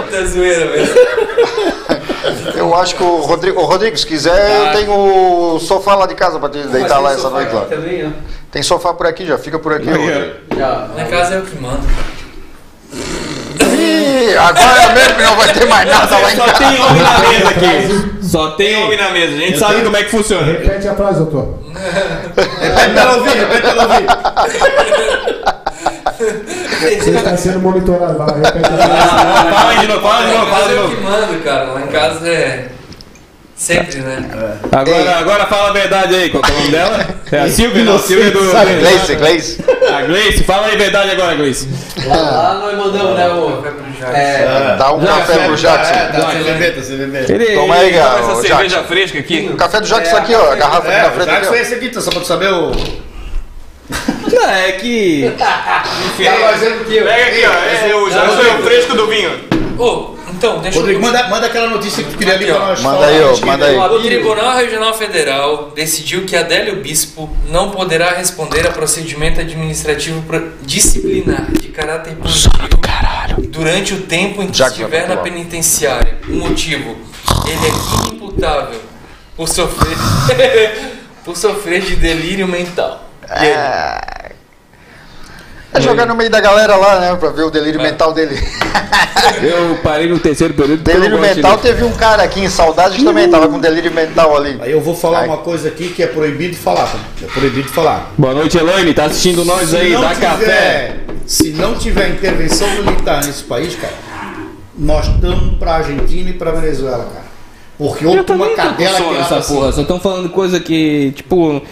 B: Eita zoeira, velho.
F: Eu acho que o Rodrigo, ô, Rodrigo se
C: Tá.
F: quiser, eu tenho o sofá lá de casa pra te deitar lá essa noite lá.
D: né? Também, ó.
F: Tem sofá por aqui já, fica por aqui, ô, Rodrigo.
D: Já.
B: Na casa é o que manda.
F: Ih, agora é mesmo que não vai ter mais nada lá em
A: Só
F: casa.
A: tem homem na mesa aqui. Só tem homem na mesa, a gente sabe como é que funciona.
H: Repete a frase, doutor.
C: Repete pra ela ouvir, repete pra ela ouvir.
H: Você está sendo monitorado lá. Repete a frase.
A: Fala de novo, fala de
B: Na
A: novo, fala
B: casa
A: de
B: é o que
A: novo.
B: manda, cara. Lá em casa é. Sempre, né?
A: Agora, agora fala a verdade aí, qual que é o nome dela? É a Silvia, não, a Silvia do...
F: Gleice, Gleice.
A: A Gleice, fala aí a verdade agora, Gleice.
D: Lá nós mandamos, né,
B: Vai
D: o.
B: pro Jax.
D: É.
F: Dá um café pro Jackson.
C: Dá CVB, tá CVB.
A: Ele,
F: Toma aí,
A: toma
F: cara,
A: essa
F: o
A: cerveja
F: Jackson.
A: fresca aqui.
F: O café do Jackson aqui, ó, a garrafa aqui
C: É,
F: na
C: o
F: frente
C: Jackson é
F: aqui,
C: esse aqui, tá só pra tu saber o.
A: Não, é que... Enfim,
C: Tá
A: Pega aqui, ó, é o Jackson é o fresco do vinho.
B: Ô, então, deixa
C: Rodrigo,
B: eu.
C: manda, manda aquela notícia que tu queria ali
B: Aqui,
C: pra
B: ó.
C: nós.
F: Manda
C: falar
F: aí, ó,
C: contigo.
F: manda aí.
B: O Tribunal Regional Federal decidiu que Adélio Bispo não poderá responder a procedimento administrativo pro- disciplinar de caráter punitivo durante o tempo em que
F: Já que vai
B: estiver na
F: procurar.
B: penitenciária. O motivo, ele é inimputável por sofrer, por sofrer de delírio mental.
F: ó. É. É jogar no meio da galera lá, né, pra ver o delírio
A: É.
F: mental dele.
A: Eu parei no terceiro período. porque eu
F: Delírio
A: não gosto de
F: mental
A: ler.
F: teve um cara aqui em Saudade que também, tava com delírio mental ali.
C: Aí eu vou falar
F: Aí.
C: uma coisa aqui que é proibido falar, tá? É proibido falar.
A: Boa noite, Elaine. Tá assistindo nós aí, dá café.
C: Se não tiver intervenção militar nesse país, cara, nós estamos pra Argentina e pra Venezuela, cara. Porque
A: Eu
C: outra uma
A: também tô com
C: cadela
A: sono
C: que
A: essa
C: ela assim.
A: porra. Só estão falando coisa que, tipo...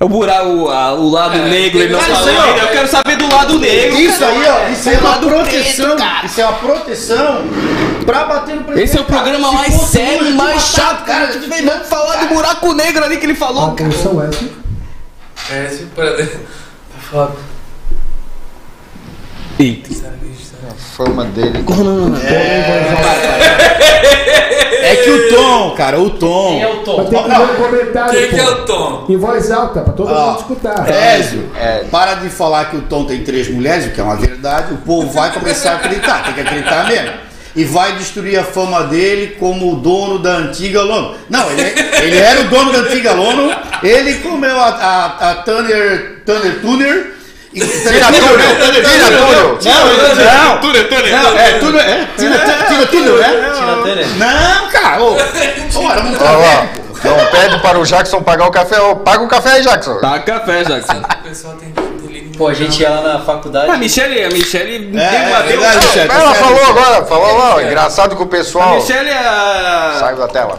A: Eu burar o, a- o lado negro, ele não
C: cara,
A: falou
C: isso aí, ó.
A: ainda. Eu quero saber do lado negro.
C: Isso aí, ó, isso é uma proteção. Isso é uma proteção pra bater no presidente.
A: Esse é o
C: cara.
A: programa
C: Se
A: mais
C: fosse
A: sério,
C: Lula,
A: e
C: ele
A: mais
C: tinha matado,
A: chato, cara.
C: ele tinha-
A: Vamos falar do buraco negro ali que ele falou, cara.
H: Atenção, Wesley.
B: É, se pra-
A: Eita.
F: Fama dele.
C: É que o Tom,
I: Tom, cara, o Tom.
D: Quem é o Tom?
H: Mas tem que ler o comentário.
B: Quem que é
H: pô.
B: o Tom?
H: Em voz alta, pra todo
I: Ó,
H: mundo escutar.
A: é,
I: Ézio,
F: Ézio.
I: para de falar que o Tom tem três mulheres, o que é uma verdade, o povo vai começar a acreditar, tem que acreditar mesmo. E vai destruir a fama dele como o dono da antiga Lono. Não, ele, ele era o dono da antiga Lono, ele comeu a, a, a Tanner, Tanner Tuner. e-
F: Tina
A: né?
F: Turner,
A: Tá
F: Tina Turner.
I: Não, ele- não,
G: Túnel, túnel,
I: não, é tudo, é, Tina, Tina Turner,
F: É.
I: né?
D: Tina Turner.
I: Não, cara, ô, ora, não
F: Olha
I: tá
F: lá.
I: vendo, pô.
F: Não pede para o Jackson pagar o café. Ô, Paga o café aí, Jackson.
A: Tá café, Jackson.
B: O pessoal tem delírio.
D: Pô, a gente ia lá na faculdade.
A: A Michelle, a Michelle
I: É,
A: tem uma
I: é
A: deu-
I: verdade,
A: Não,
I: chefe,
F: Ela
I: sério,
F: falou
I: sério.
F: agora, falou lá, ó,
A: Tá
F: engraçado que o
A: A
F: pessoal.
A: Michelle é a.
F: Saiu da tela.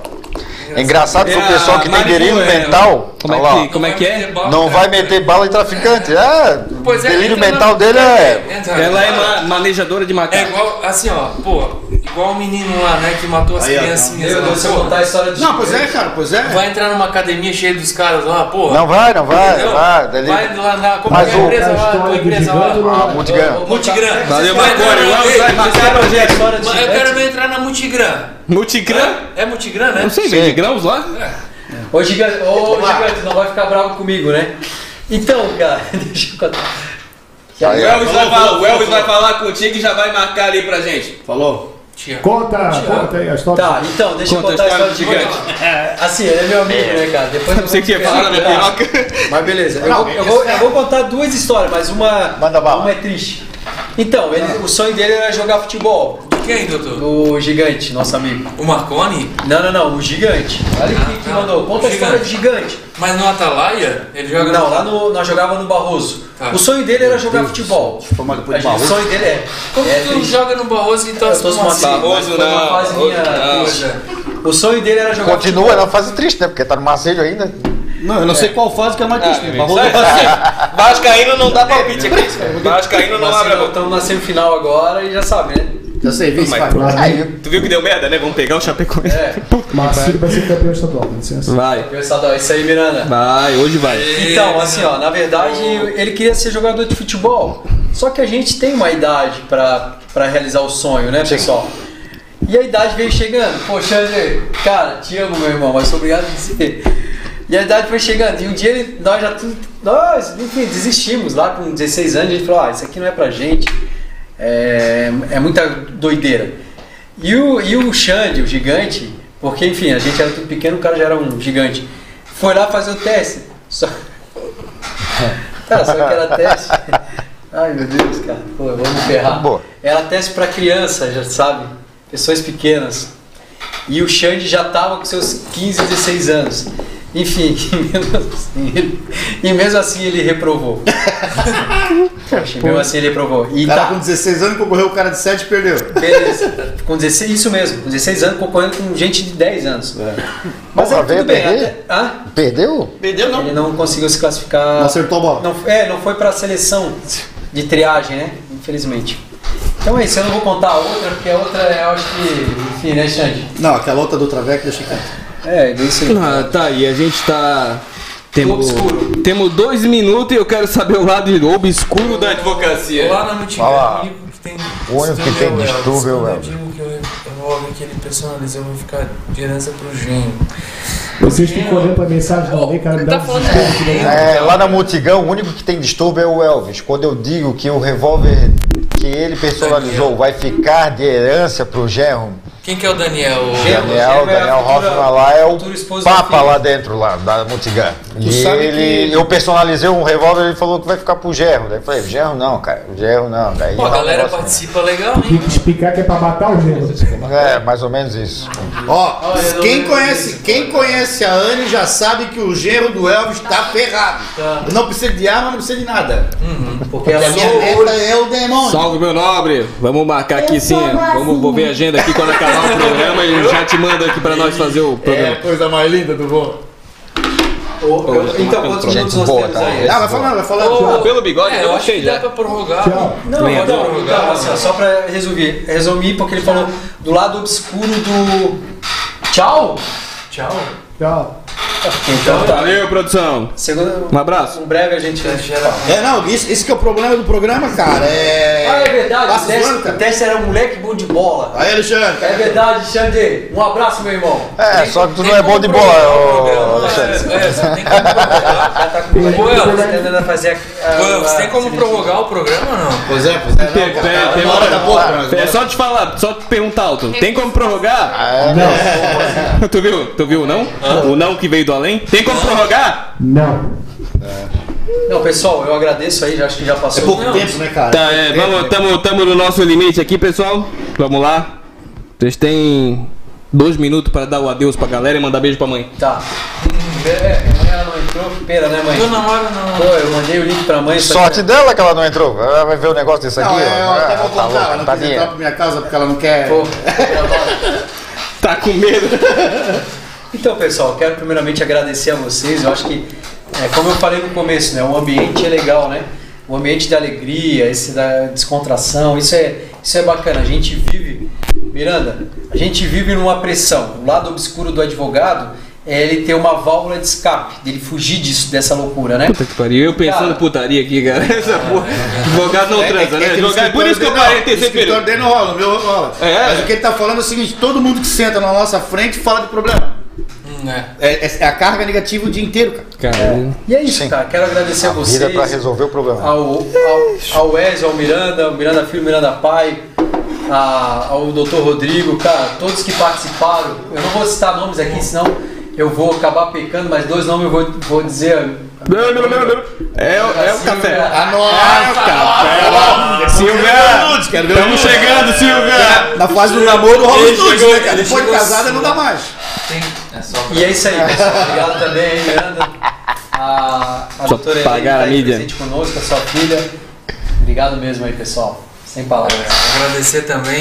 F: Engraçado
A: É
F: que o pessoal que
A: a
F: tem
A: Marilu,
F: delírio
A: é.
F: mental.
A: Como
F: olha
A: é
F: lá,
A: que, como é que é?
F: Não vai meter bala em traficante. É, o delírio
B: então
F: mental dele é.
A: Ela é ma- manejadora de
B: É
A: macaco.
B: igual, assim, ó, pô, igual o menino lá, né, que matou as
I: Aí, ó,
B: criancinhas.
D: Meu
B: lá,
D: Deus, se eu
B: pô.
D: contar a história do
I: Não, pois é, cara, pois é.
B: Vai entrar numa academia cheia dos caras lá, pô.
F: Não vai, não vai,
B: entendeu?
F: não vai. Delírio. Ah,
B: Vai lá na. Como é
F: Mas
B: que é a
F: o- é
B: empresa lá?
H: A
B: Tua
H: história do
B: empresa
H: gigante
B: lá?
F: A multigrana.
B: Multigram.
A: Valeu,
B: Vai
A: Marconi.
B: entrar na-
A: Vamos
B: Ei,
A: lá, marcar o projeto.
D: História do
B: mas Eu
D: gigante.
B: quero entrar na Multigram.
A: Multigrão?
B: É Multigram, né?
A: Não sei, vende grãos lá?
D: Ô gigante, ô gigante, não vai ficar bravo comigo, né? Então, cara, deixa eu contar. Que
A: O
F: Aí,
A: Elvis, vai,
I: falou,
A: falar, o Elvis
I: falou.
A: vai falar contigo e já vai marcar ali pra gente.
I: Falou.
B: Tia.
H: Conta, conta aí a história.
D: Tá, então, deixa
A: Conta
D: eu contar
A: a
D: a
A: história
D: história do gigante. É, assim, ele é meu amigo, né, cara? Depois eu
A: Você que ia
D: vou-
A: falar da minha
D: Tá.
A: piroca. né?
D: Mas beleza, eu, vou, eu vou- eu vou contar duas histórias, mas uma,
F: Manda bala.
D: uma é triste. Então, ele- o sonho dele era jogar futebol,
B: Quem, doutor?
D: do gigante, nosso amigo.
B: O Marconi?
D: Não, não, não, o gigante. Olha quem que
B: Ah,
D: mandou.
B: tá.
D: Conta a história do gigante.
B: Mas no Atalaia? Ele joga
D: Não, lá no, nós jogava no Barroso.
A: Ah.
B: Tá.
D: O sonho dele era jogar futebol.
I: Tomado por
D: A gente- O
I: Barroso.
D: sonho dele é.
B: Como
D: é
B: que tu
D: triste.
B: joga no Barroso e tá
D: Eu tô se matando.
A: Barroso
D: Foi uma
A: não, Barroso
D: fase minha
A: não.
D: triste.
B: né?
D: O sonho dele era jogar
F: Continua na fase triste, né? Porque tá no Marcelo ainda.
I: Não, eu não sei qual fase que é mais triste. né? Barroso-
G: Vascaíno não dá palpite aqui. Vascaíno não
D: Nós
G: abre a boca.
D: estamos na semifinal agora e já sabe, né?
I: Já sei, vice, vai.
H: Flamengo,
A: Tu viu que deu merda, né? Vamos pegar o Chapecoense.
D: É.
H: Marcílio vai ser campeão estadual, com licença.
A: Vai,
D: Engraçado, ó, isso aí, Miranda.
A: vai, hoje vai.
D: Então, assim, ó, na verdade, ele queria ser jogador de futebol. Só que a gente tem uma idade pra, pra realizar o sonho, né, pessoal? E a idade veio chegando. Poxa, André, cara, te amo, meu irmão, mas sou obrigado a dizer. E a idade foi chegando. E um dia ele- nós já tudo. Nós, enfim, desistimos lá com 16 anos. A gente falou: ah, isso aqui não é pra gente. É, é muita doideira. E o, e o Xande, o gigante, porque enfim, a gente era tudo pequeno, o cara já era um gigante. Foi lá fazer o teste. Só... Cara, só que era teste. Ai meu Deus, cara. Pô, eu vou me ferrar.
F: Boa.
D: Era teste pra criança, já sabe? Pessoas pequenas. E o Xande já tava com seus 15, 16 anos. Enfim, e mesmo assim ele, e mesmo assim ele reprovou. Poxa, e mesmo assim ele reprovou. E
I: O cara
D: tá.
I: com 16 anos concorreu, o cara de 7 perdeu.
D: Beleza. Com 16, isso mesmo, com 16 anos concorrendo com gente de 10 anos. Mas
F: Porra,
D: é, tudo
F: veio
D: bem.
F: perder?
D: até- hã?
F: Perdeu?
I: Perdeu
D: Ele não conseguiu se classificar.
I: Não acertou a bola.
D: Não, é, não foi pra seleção de triagem, né? Infelizmente. Então é isso, eu não vou contar a outra, porque a outra eu acho que. Enfim, né, Xande?
I: Não, aquela outra do Travec deixa quieto.
D: É, é isso aí.
A: Ah, tá, e a gente tá. Temos,
D: Obscuro.
A: temos dois minutos e eu quero saber o lado obscuro da advocacia.
B: Lá na
F: Fala.
B: Multigram, o único que tem
F: O único que tem
B: Elvis.
F: distúrbio,
B: Quando eu
F: Elvis.
B: digo que eu envolvo que ele personaliza, eu vou ficar de herança pro Genho.
H: Vocês ficam olhando pra mensagem do Alê, cara, me
D: tá
B: tá
H: dá um desespero. que não-
F: É, lá na Multigão, o único que tem distúrbio é o Elvis. Quando eu digo que o revólver que ele personalizou vai ficar de herança pro Gerro,
B: Quem que é o Daniel?
D: Genro.
F: Daniel,
D: Gerro é a
F: Daniel
D: futura-
F: Hoffman lá é o
D: futura esposa do
F: papa
D: filho.
F: lá dentro, lá da Multigã. E
I: sabe
F: ele,
I: que-
F: eu personalizei um revólver ele falou que vai ficar pro Gerro. Daí eu falei, Gerro não, cara, Gerro não. Daí
B: Pô, a
F: lá o
B: galera
F: um negócio-
B: participa legal,
H: Tem
B: hein?
H: que explicar que é pra matar o gênero.
F: É, mais ou menos isso.
I: Ó,
D: Olha, eu
I: quem
D: não-
I: conhece, quem conhece a Anne já sabe que o genro do Elvis tá ferrado.
D: Tá.
I: Não precisa de arma, não precisa de nada.
D: Porque
I: E
D: ela
I: a minha
D: só.
I: neta é o demônio.
A: Salve, meu nobre! Vamos marcar aqui sim. Vamos vou ver a agenda aqui quando acabar o programa e já te mando aqui pra nós fazer o
I: É a
A: programa.
I: coisa mais linda do vô.
D: Ô, eu- Então, quantos
F: Gente
D: minutos nós
F: boa,
D: temos
F: tá?
D: aí?
C: É.
I: Ah, vai falando, vai
A: Ah,
I: falando.
A: Pelo bigode,
B: É,
A: eu
B: eu acho
A: achei
B: que dá
A: já.
B: pra prorrogar.
H: Tchau.
D: Não,
A: Lembra?
D: não, não, não, assim, ó, só pra resumir, resumir, porque ele falou do lado obscuro do. Tchau?
B: Tchau.
H: Tchau.
D: Então,
A: Valeu, produção.
D: segunda,
A: Um abraço.
D: um breve a gente.
I: É, não, isso, isso que é o problema do programa, cara. É.
D: Ah, é verdade, o
I: Passa zoando,
D: Tess, o
I: cara.
D: Tess era um moleque bom de bola.
I: Aí, Alexandre.
D: É verdade, Xande. Um abraço, meu irmão.
F: É, só que tu não é bom de bola, ô Alexandre.
B: É, você tem como prorrogar.
D: Tá com
B: Ô, Elvis,
D: tá tentando fazer a- a-
B: Ô, Você
D: a-
B: tem
F: Tá
B: como prorrogar o programa ou não?
I: Pois é, pois é.
A: Tem-
I: não,
A: tem-
I: cara,
A: tem
I: uma
A: hora-
I: hora da boca, mas
A: É
I: agora-
A: só te falar, só te perguntar, Alton. Tem como prorrogar? tu viu? Tu viu o não? O não que veio do além? Tem como prorrogar?
H: Não.
D: Não, pessoal, eu agradeço aí, já acho que já passou.
I: É pouco
D: Não,
I: tempo, né, cara?
A: Tá, é, vamos, tamo, tamo no nosso limite aqui, pessoal. Vamos lá. Vocês têm dois minutos pra dar o adeus pra galera e mandar beijo pra mãe.
D: Tá. Hum, É, mãe ela não entrou, que pera, né, mãe?
B: Eu não, eu não.
D: Pô, eu mandei o link pra mãe. só que-
F: Sorte dela que ela não entrou. Ela vai ver o negócio desse aqui.
I: Não, é, eu
F: ó.
I: até vou
F: Ah, tá
I: contar. ela
F: louca,
I: não quis entrar
F: tadinha.
I: pra minha casa porque ela não quer.
D: Pô,
A: Tá com medo?
D: Então, pessoal, quero primeiramente agradecer a vocês. Eu acho que, é, como eu falei no começo, né, o ambiente é legal, né? O ambiente da alegria, esse da descontração, isso é, isso é bacana. A gente vive, Miranda, a gente vive numa pressão. O lado obscuro do advogado é ele ter uma válvula de escape, dele fugir disso, dessa loucura, né?
A: Puta que pariu. Eu pensando
D: Cara.
A: putaria aqui, cara. Essa porra. Advogado
I: É,
A: não
C: É,
A: transa, né?
I: que no
A: Advogado, por
I: escritório dele
A: isso que eu parei
I: não,
A: de ter
I: No escritório
A: sempre.
I: dele não rola, o meu rola.
A: É?
I: Mas o que ele tá falando é o seguinte: todo mundo que senta na nossa frente fala de problema.
B: Hum, é.
I: É, é- é a carga negativa o dia inteiro, cara.
A: Cara,
D: E é isso,
F: Sim. tá
D: cara. Quero agradecer a, vocês.
F: Vira pra resolver o problema.
D: ao, ao, ao Wes, ao Miranda, ao Miranda Filho, Miranda Pai, a- ao Dr. Rodrigo, cara, todos que participaram. Eu não vou citar nomes aqui, senão eu vou acabar pecando, mas dois nomes eu vou, vou dizer.
A: Não, não, não, não. É, o- é o
D: Silvia,
A: café.
I: A nossa, cara.
A: Silvia!
I: Quero ver o
A: Estamos
I: nudes.
A: chegando, Silvia!
I: Na fase do
C: é
I: namoro rola
B: Ele
I: os nudes,
B: chegou-
I: né, cara?
B: ele
I: Depois de
B: chegou
I: casada
B: assim,
I: não dá mais.
B: Tem- É só pra-
D: E é isso aí, pessoal. Obrigado também, aí, Miranda. A, a
A: Só
D: doutora
A: pagar
D: Helena
A: a
D: tá aí
A: mídia.
D: presente conosco, a sua filha. Obrigado mesmo aí, pessoal. Sem palavras.
B: Agradecer também,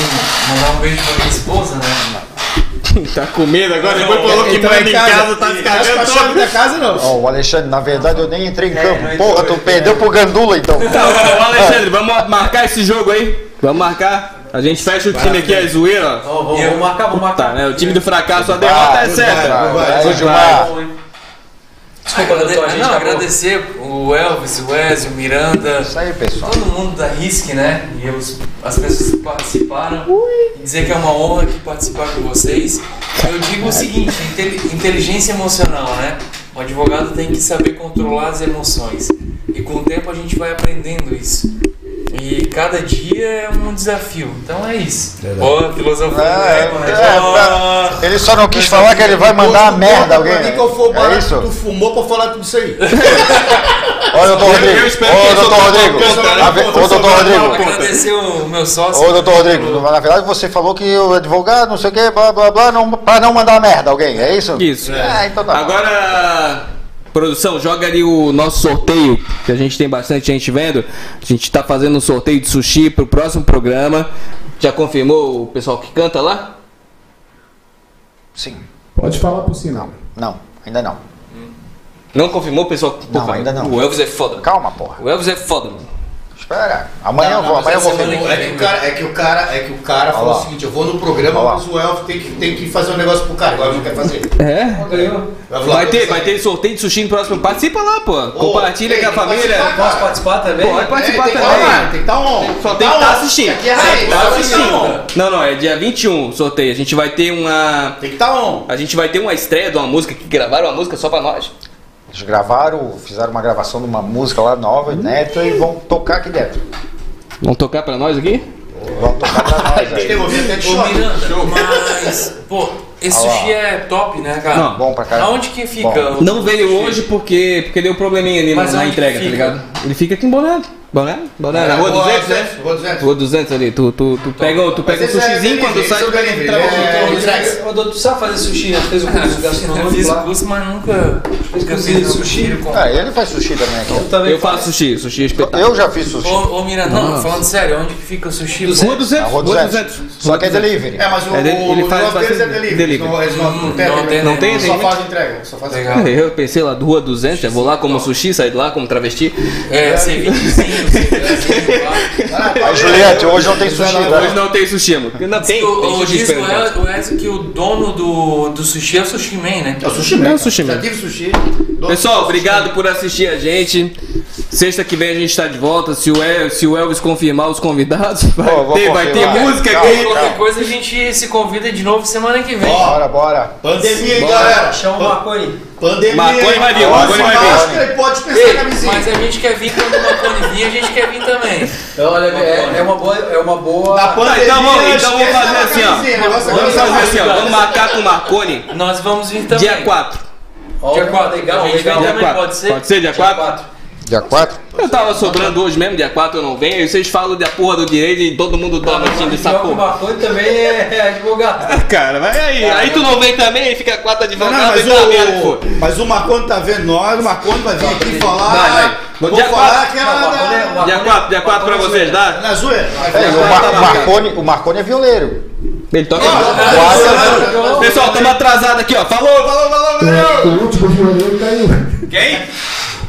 B: mandar um beijo pra minha esposa, né?
A: Tá com medo agora?
B: Não,
A: Depois falou que
I: Então
A: manda em casa, tá se
I: acho que a
A: cagando
I: chave
A: todo.
I: da casa não.
F: Ó, o Alexandre, na verdade eu nem entrei em campo.
D: não
F: Porra,
D: entrou,
F: tu perdeu pro Gandula então.
A: Ô, Tá, Alexandre, vamos marcar esse jogo aí? Vamos marcar. A gente fecha o time aqui, a zoeira, ó.
D: Ó, vou, vou marcar, vou marcar.
A: Tá, né? O time do fracasso, a derrota é certa.
F: Vai,
I: Vai,
F: Gilmar.
D: Bom, hein?
B: Desculpa,
D: Agrade-
B: doutor, a gente
D: Não,
B: agradecer o Elvis, o Wes, o Miranda,
F: Isso aí, pessoal.
B: todo mundo da RISC, né? E os- as pessoas que participaram. E dizer que é uma honra que participar com vocês. Eu digo o seguinte, inteli- inteligência emocional, né? O advogado tem que saber controlar as emoções. E com o tempo a gente vai aprendendo isso. E cada dia é um desafio. Então é isso. Ó, filosofia.
F: É,
B: né?
F: é,
B: Ó.
F: Ele só não quis falar que ele vai mandar a merda a alguém.
I: Pra mim que eu for
F: É
I: barato,
F: isso?
I: tu fumou pra falar tudo isso aí.
F: Olha, doutor Rodrigo.
A: eu espero que
F: Ô,
A: eu
F: doutor
A: sou-
F: Rodrigo.
A: eu sou-
F: Na ve-
A: eu
F: Ô, doutor Rodrigo.
B: Agradecer o meu sócio.
F: Ô, doutor Rodrigo.
B: pelo-
F: Na verdade, você falou que o advogado, não sei o que, blá, blá, blá, não, pra não mandar a merda a alguém. É isso?
A: Isso.
F: Ah, então tá. bom.
A: Agora, produção, joga ali o nosso sorteio, que a gente tem bastante gente vendo. A gente tá fazendo um sorteio de sushi pro próximo programa. Já confirmou o pessoal que canta lá?
F: Sim.
H: Pode falar por sinal.
F: Não, ainda não.
A: Não confirmou o pessoal que.
F: Não, ainda não.
A: O Elvis é foda.
F: Calma, porra.
A: O Elvis é foda, mano.
F: Espera. Amanhã
B: Não,
F: eu
B: não,
F: vou,
B: mas assim.
F: amanhã eu
B: essa
F: vou.
B: semana
F: ver.
I: É que o cara, é que o cara, é que o cara falou
F: lá.
I: o seguinte, eu vou no programa,
F: Olha lá.
I: mas o Elf tem que, tem que fazer um negócio pro cara, agora não quer fazer.
A: É?
D: Ganhou.
A: Vai ter, vai ter sorteio de sushi no próximo. Participa lá, pô. Compartilha
I: tem
A: com a
I: que
A: família.
I: participar.
D: Posso participar também?
A: Pode participar
I: tem que
A: também.
I: tá on, tem que tá on.
A: Só tem
I: Tá
A: que estar
I: on.
A: assistindo.
I: Aqui é
A: Só tem
I: raiz,
A: que tá
I: tá
A: assistindo.
I: on.
A: Não, não, é dia 21 o sorteio. A gente vai ter uma.
I: Tem que tá on.
A: A gente vai ter uma estreia de uma música que gravaram uma música só pra nós.
F: Eles gravaram, fizeram uma gravação de uma música lá nova,
B: Hum.
F: neta, e vão tocar aqui dentro.
A: Vão tocar pra nós aqui?
F: Vão tocar pra nós aí.
I: Tem ouvido até de
B: Ô,
I: choque.
B: Miranda, mas, pô, esse
F: Olha lá.
B: sushi é top, né, cara?
A: Não.
F: Bom pra caramba.
B: Aonde que fica?
F: Bom.
B: o
A: Não veio
B: sushi?
A: hoje porque, porque deu probleminha ali na,
B: Mas
A: na
B: onde
A: entrega, tá
B: fica?
A: ligado? Ele fica aqui em Boné. Boné? Boné,
C: É,
A: na rua 200, né?
I: Rua 200.
A: Rua 200 ali. Tu, tu, tu pega, o- tu pega um
I: Mas esse é
A: sushizinho
I: livre,
A: quando
I: esse
A: sai.
I: é
A: tu pega um
I: livre,
C: né?
A: trabalho.
I: é-
D: Ô,
I: Alex.
D: Rodrigo, Ô, Doutor, tu sabe fazer sushi, né? Fez o curso
B: Eu
D: gastronômico
B: fiz
D: lá.
B: curso, mas nunca. Nunca
D: curso
B: fiz
D: de sushi?
B: sushi. com-
F: Ah, ele faz sushi também
D: Eu
F: aqui.
B: Então
D: também
A: Eu faço sushi, sushi é
F: ó.
B: tá.
A: espetáculo.
F: Eu já fiz sushi.
B: Ô, ô Miranda, não, falando sério, onde que fica o sushi?
A: Rua
F: Na
A: 200,
F: rua 200. Só que é delivery.
I: É, mas o,
A: É, ele- ele
I: o
A: faz
I: negócio deles é
A: bastante
I: delivery.
A: delivery.
I: Não, eles não, não
B: Hum,
I: tem,
B: não tem,
A: Não tem,
I: Só
A: tem.
I: faz entrega, só faz
B: Legal.
I: entrega.
A: é Eu pensei lá, rua 200, eu vou lá como sushi, saio de lá como travesti.
B: É, serviço.
F: Aí, Juliette, hoje não tem sushi,
A: Hoje
F: né?
A: não tem sushi, mano. Não tem.
B: o, é o,
A: sushi
B: diz o,
A: diferente.
B: El- o Elcio que o dono do, do sushi é o Sushi Man, né?
C: É o sushi mesmo.
A: É o sushi
C: Já
A: mesmo.
C: tive sushi.
A: Pessoal, obrigado por assistir a gente. Sexta que vem a gente tá de volta. Se o, El- se o Elvis confirmar os convidados, vai
F: Pô, vou
A: ter, vai ter
F: confirmar.
A: música
F: Calma,
A: aqui.
F: calma.
B: Qualquer coisa a gente se convida de novo semana que vem.
F: Bora, bora.
C: Pandemia, hein, galera?
D: Chama o Marconi.
C: Pandemia.
A: Maconha vai vir, maconha vai vir.
C: máscara e pode dispensar
B: Ei,
C: a camisinha.
B: mas a gente quer vir quando uma Marconi vir, a gente quer vir também.
D: Então, olha, é, é uma boa. É uma boa.
C: Na pandemia,
A: então vamos- então vamos
C: esquece
A: fazer
C: da
A: assim, ó.
C: camisinha, negócio é
A: Vamos
C: camisinha.
A: fazer assim, ó. Vamos marcar com o Marconi.
B: Nós vamos vir também.
A: Dia 4.
D: Ó,
B: Dia 4,
D: legal,
B: a gente
D: legal.
B: vai
A: Dia
B: Também
A: 4.
B: pode ser?
A: Pode ser dia 4?
F: Dia 4?
A: Eu tava sobrando hoje mesmo, dia 4 eu não venho. E vocês falam da porra do direito e todo mundo toma assim dessa
D: Pior que O
A: porra.
D: Marconi também é, é advogado.
A: Cara, vai aí. Aí tu não vem também e fica 4
C: Não, não,
A: advogados
C: mas,
A: e tá merda, pô.
C: o, mas o Marconi tá vendo nós, o Marconi vai vir aqui falar.
A: vai. é
C: Vou
A: Dia
C: falar
A: quatro.
C: que era
D: Não, Marconi é-
C: na,
D: Marconi-
A: Dia 4, dia 4 pra vocês, dá?
C: na zoeira.
F: É, e o, Mar- o Marconi, o Marconi é violeiro.
A: Ele toca.
C: Quatro.
A: Pessoal, tamo atrasado aqui, ó. Falou, falou, falou, valeu!
H: O último violeiro caiu. Quem?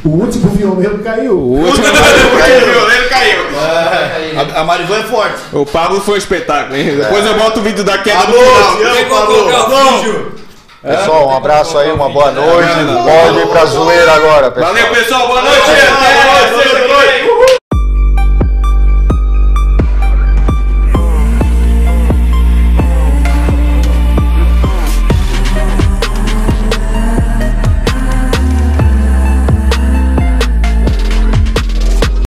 H: O último violeiro caiu.
C: A, a Marivan é forte.
A: né? O Pablo foi um espetáculo, hein? Depois eu boto o vídeo da queda
C: Alô, te amo, Pablo.
B: É?
F: Pessoal, um abraço aí, uma boa noite. Pode ir pra zoeira agora, pessoal.
A: Valeu, pessoal. Boa noite. Até vocês.